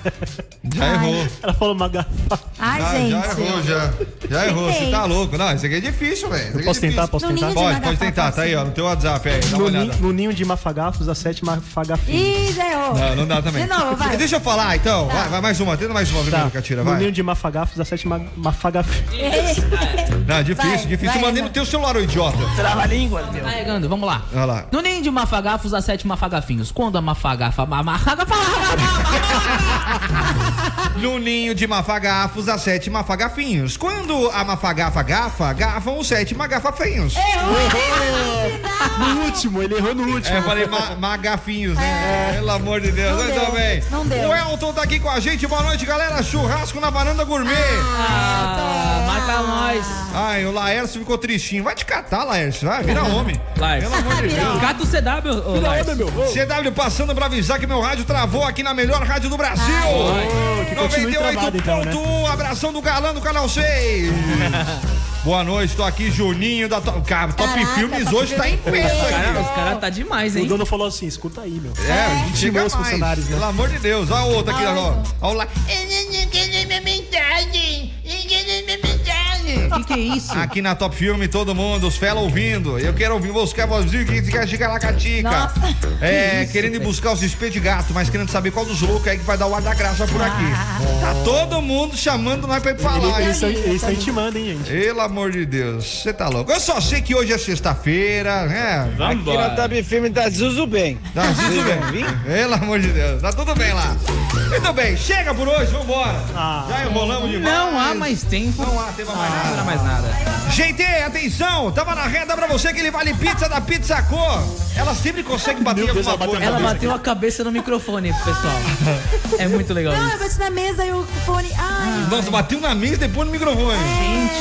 Speaker 5: Já
Speaker 4: Ai.
Speaker 5: errou.
Speaker 8: Ela falou magafa.
Speaker 5: Ah,
Speaker 4: Ai,
Speaker 5: Já,
Speaker 4: gente.
Speaker 5: já errou, já. Já errou, você
Speaker 4: Tentei.
Speaker 5: tá louco. Não, isso aqui é difícil, velho. Isso aqui é
Speaker 8: Posso tentar?
Speaker 5: difícil.
Speaker 8: Posso
Speaker 4: No
Speaker 8: tentar?
Speaker 4: ninho de
Speaker 5: Pode, pode
Speaker 4: magafa,
Speaker 5: tentar. Tá aí, ó, no teu WhatsApp aí. Dá uma
Speaker 8: No,
Speaker 5: olhada.
Speaker 8: ni- no ninho de mafagafos, a sete mafagafinhos.
Speaker 4: Ih, já errou.
Speaker 5: Ah, Não, não dá também.
Speaker 4: De novo, vai. Tá.
Speaker 5: Deixa eu falar, então. Vai, vai, mais uma. Tenta mais uma primeiro, Catira,
Speaker 8: No
Speaker 5: vai.
Speaker 8: ninho Tá. de mafagafos, a sete ma mafagafinhos.
Speaker 5: Não, difícil,
Speaker 4: Vai,
Speaker 5: difícil.
Speaker 4: vai,
Speaker 5: Mandei no
Speaker 4: Renan.
Speaker 5: teu celular, ô idiota.
Speaker 6: Carregando, vamos lá.
Speaker 5: Olha lá.
Speaker 6: No ninho de mafagafos, há sete mafagafinhos. Quando a mafagafa. ma- mafagafa-
Speaker 5: No ninho de mafagafos, há sete mafagafinhos. Quando a mafagafa gafa, gafam os sete magafafenhos.
Speaker 8: No último, ele errou no último.
Speaker 5: É, eu falei ma- magafinhos, né? Pelo amor de Deus.
Speaker 4: É. Não
Speaker 5: Mas
Speaker 4: deu,
Speaker 5: tá bem.
Speaker 4: não deu.
Speaker 5: O Elton tá aqui com a gente. Boa noite, galera. Churrasco na varanda gourmet.
Speaker 6: Ah,
Speaker 4: tá.
Speaker 6: Mata nós.
Speaker 5: Ai, o Laércio ficou tristinho. Vai te catar, Laércio. Vai, vira homem.
Speaker 6: Laércio.
Speaker 5: Pelo amor de Deus.
Speaker 6: Gato CW, ô, ô, Laércio.
Speaker 5: CW passando pra avisar que meu rádio travou aqui na melhor rádio do Brasil.
Speaker 8: que continue travado,
Speaker 5: 98.1,
Speaker 8: então, né?
Speaker 5: abração do galã do canal 6. Boa noite, tô aqui, Juninho da Top, cara, Top
Speaker 4: Caraca,
Speaker 5: Filmes.
Speaker 4: Top
Speaker 5: hoje tá
Speaker 4: Filmes.
Speaker 5: imenso
Speaker 6: Cara,
Speaker 5: aqui.
Speaker 6: os caras tá demais,
Speaker 8: O
Speaker 6: hein?
Speaker 8: dono falou assim: escuta aí, meu.
Speaker 5: É, a gente chega
Speaker 8: Estimou
Speaker 5: mais,
Speaker 8: os funcionários, né?
Speaker 5: pelo amor de Deus. Olha a outra aqui, ó. Olha lá.
Speaker 6: Que que é isso?
Speaker 5: Aqui na Top Filme, todo mundo, os fela ouvindo. Eu quero ouvir você, quer ouvir que quer chegar lá com a tica.
Speaker 4: Nossa.
Speaker 5: É, querendo ir buscar os espetos de gato, mas querendo saber qual dos loucos aí que vai dar o ar da graça por aqui. Tá todo mundo chamando nós pra ir pra lá.
Speaker 8: Eles estão
Speaker 5: hein?
Speaker 8: eles estão intimando, hein, gente.
Speaker 5: Pelo amor de Deus, você tá louco. Eu só sei que hoje é sexta-feira, né?
Speaker 10: Aqui na Top Filme tá Zuzu bem.
Speaker 5: Tá tudo bem. Pelo amor de Deus, tá tudo bem lá. Muito bem, chega por hoje, vambora.
Speaker 8: Ah.
Speaker 5: Já enrolamos demais.
Speaker 6: Não há mais tempo. Ah,
Speaker 5: Não há tema mais nada.
Speaker 6: Não há mais nada.
Speaker 5: Gente, atenção! Tava na reta pra você que ele vale pizza da Pizza Cor. Ela sempre consegue bater
Speaker 8: Meu Deus,
Speaker 5: alguma
Speaker 8: ela bateu
Speaker 5: coisa.
Speaker 6: Ela bateu a cabeça no microfone, pessoal. É muito legal
Speaker 4: Não,
Speaker 6: isso.
Speaker 4: eu bati na mesa e o fone... Ai,
Speaker 5: Nossa, bateu na mesa e depois no microfone.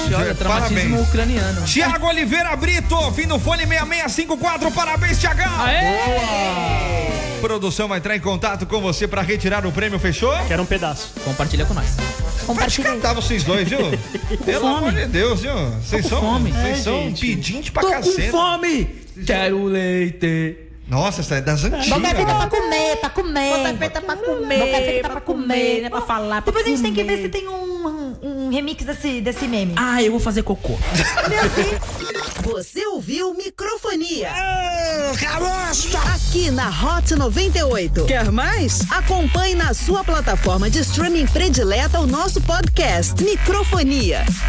Speaker 6: Gente, olha, traumatismo
Speaker 5: Parabéns.
Speaker 6: ucraniano.
Speaker 5: Tiago Oliveira Brito, fim do fone 6654. Parabéns, Tiagão!
Speaker 6: Aê!
Speaker 5: Produção vai entrar em contato com você pra retirar o prêmio, fechou?
Speaker 8: Quero um pedaço.
Speaker 6: Compartilha com nós.
Speaker 5: Vai te
Speaker 4: Compartilha aí.
Speaker 5: cantar vocês dois, viu? Pelo amor de Deus, viu? Vocês
Speaker 6: com
Speaker 5: são,
Speaker 6: fome.
Speaker 5: vocês
Speaker 6: É,
Speaker 5: são
Speaker 6: gente.
Speaker 5: pedinte pra
Speaker 6: Tô com
Speaker 5: caceta.
Speaker 6: fome! Quero leite.
Speaker 5: Nossa, essa é das
Speaker 4: Boca
Speaker 5: antigas.
Speaker 4: feita pra
Speaker 5: velho.
Speaker 4: comer, pra comer.
Speaker 9: Boca feita pra comer,
Speaker 4: Boca feita pra
Speaker 9: pra
Speaker 4: comer,
Speaker 9: comer, né, pra falar, pra
Speaker 4: Depois a gente tem que ver
Speaker 9: comer.
Speaker 4: se tem um, um remix desse, desse meme.
Speaker 6: Ah, eu vou fazer cocô.
Speaker 3: Você ouviu microfonia. É,
Speaker 1: Caroço!
Speaker 3: Aqui na Hot 98. Quer mais? Acompanhe na sua plataforma de streaming predileta o nosso podcast Microfonia.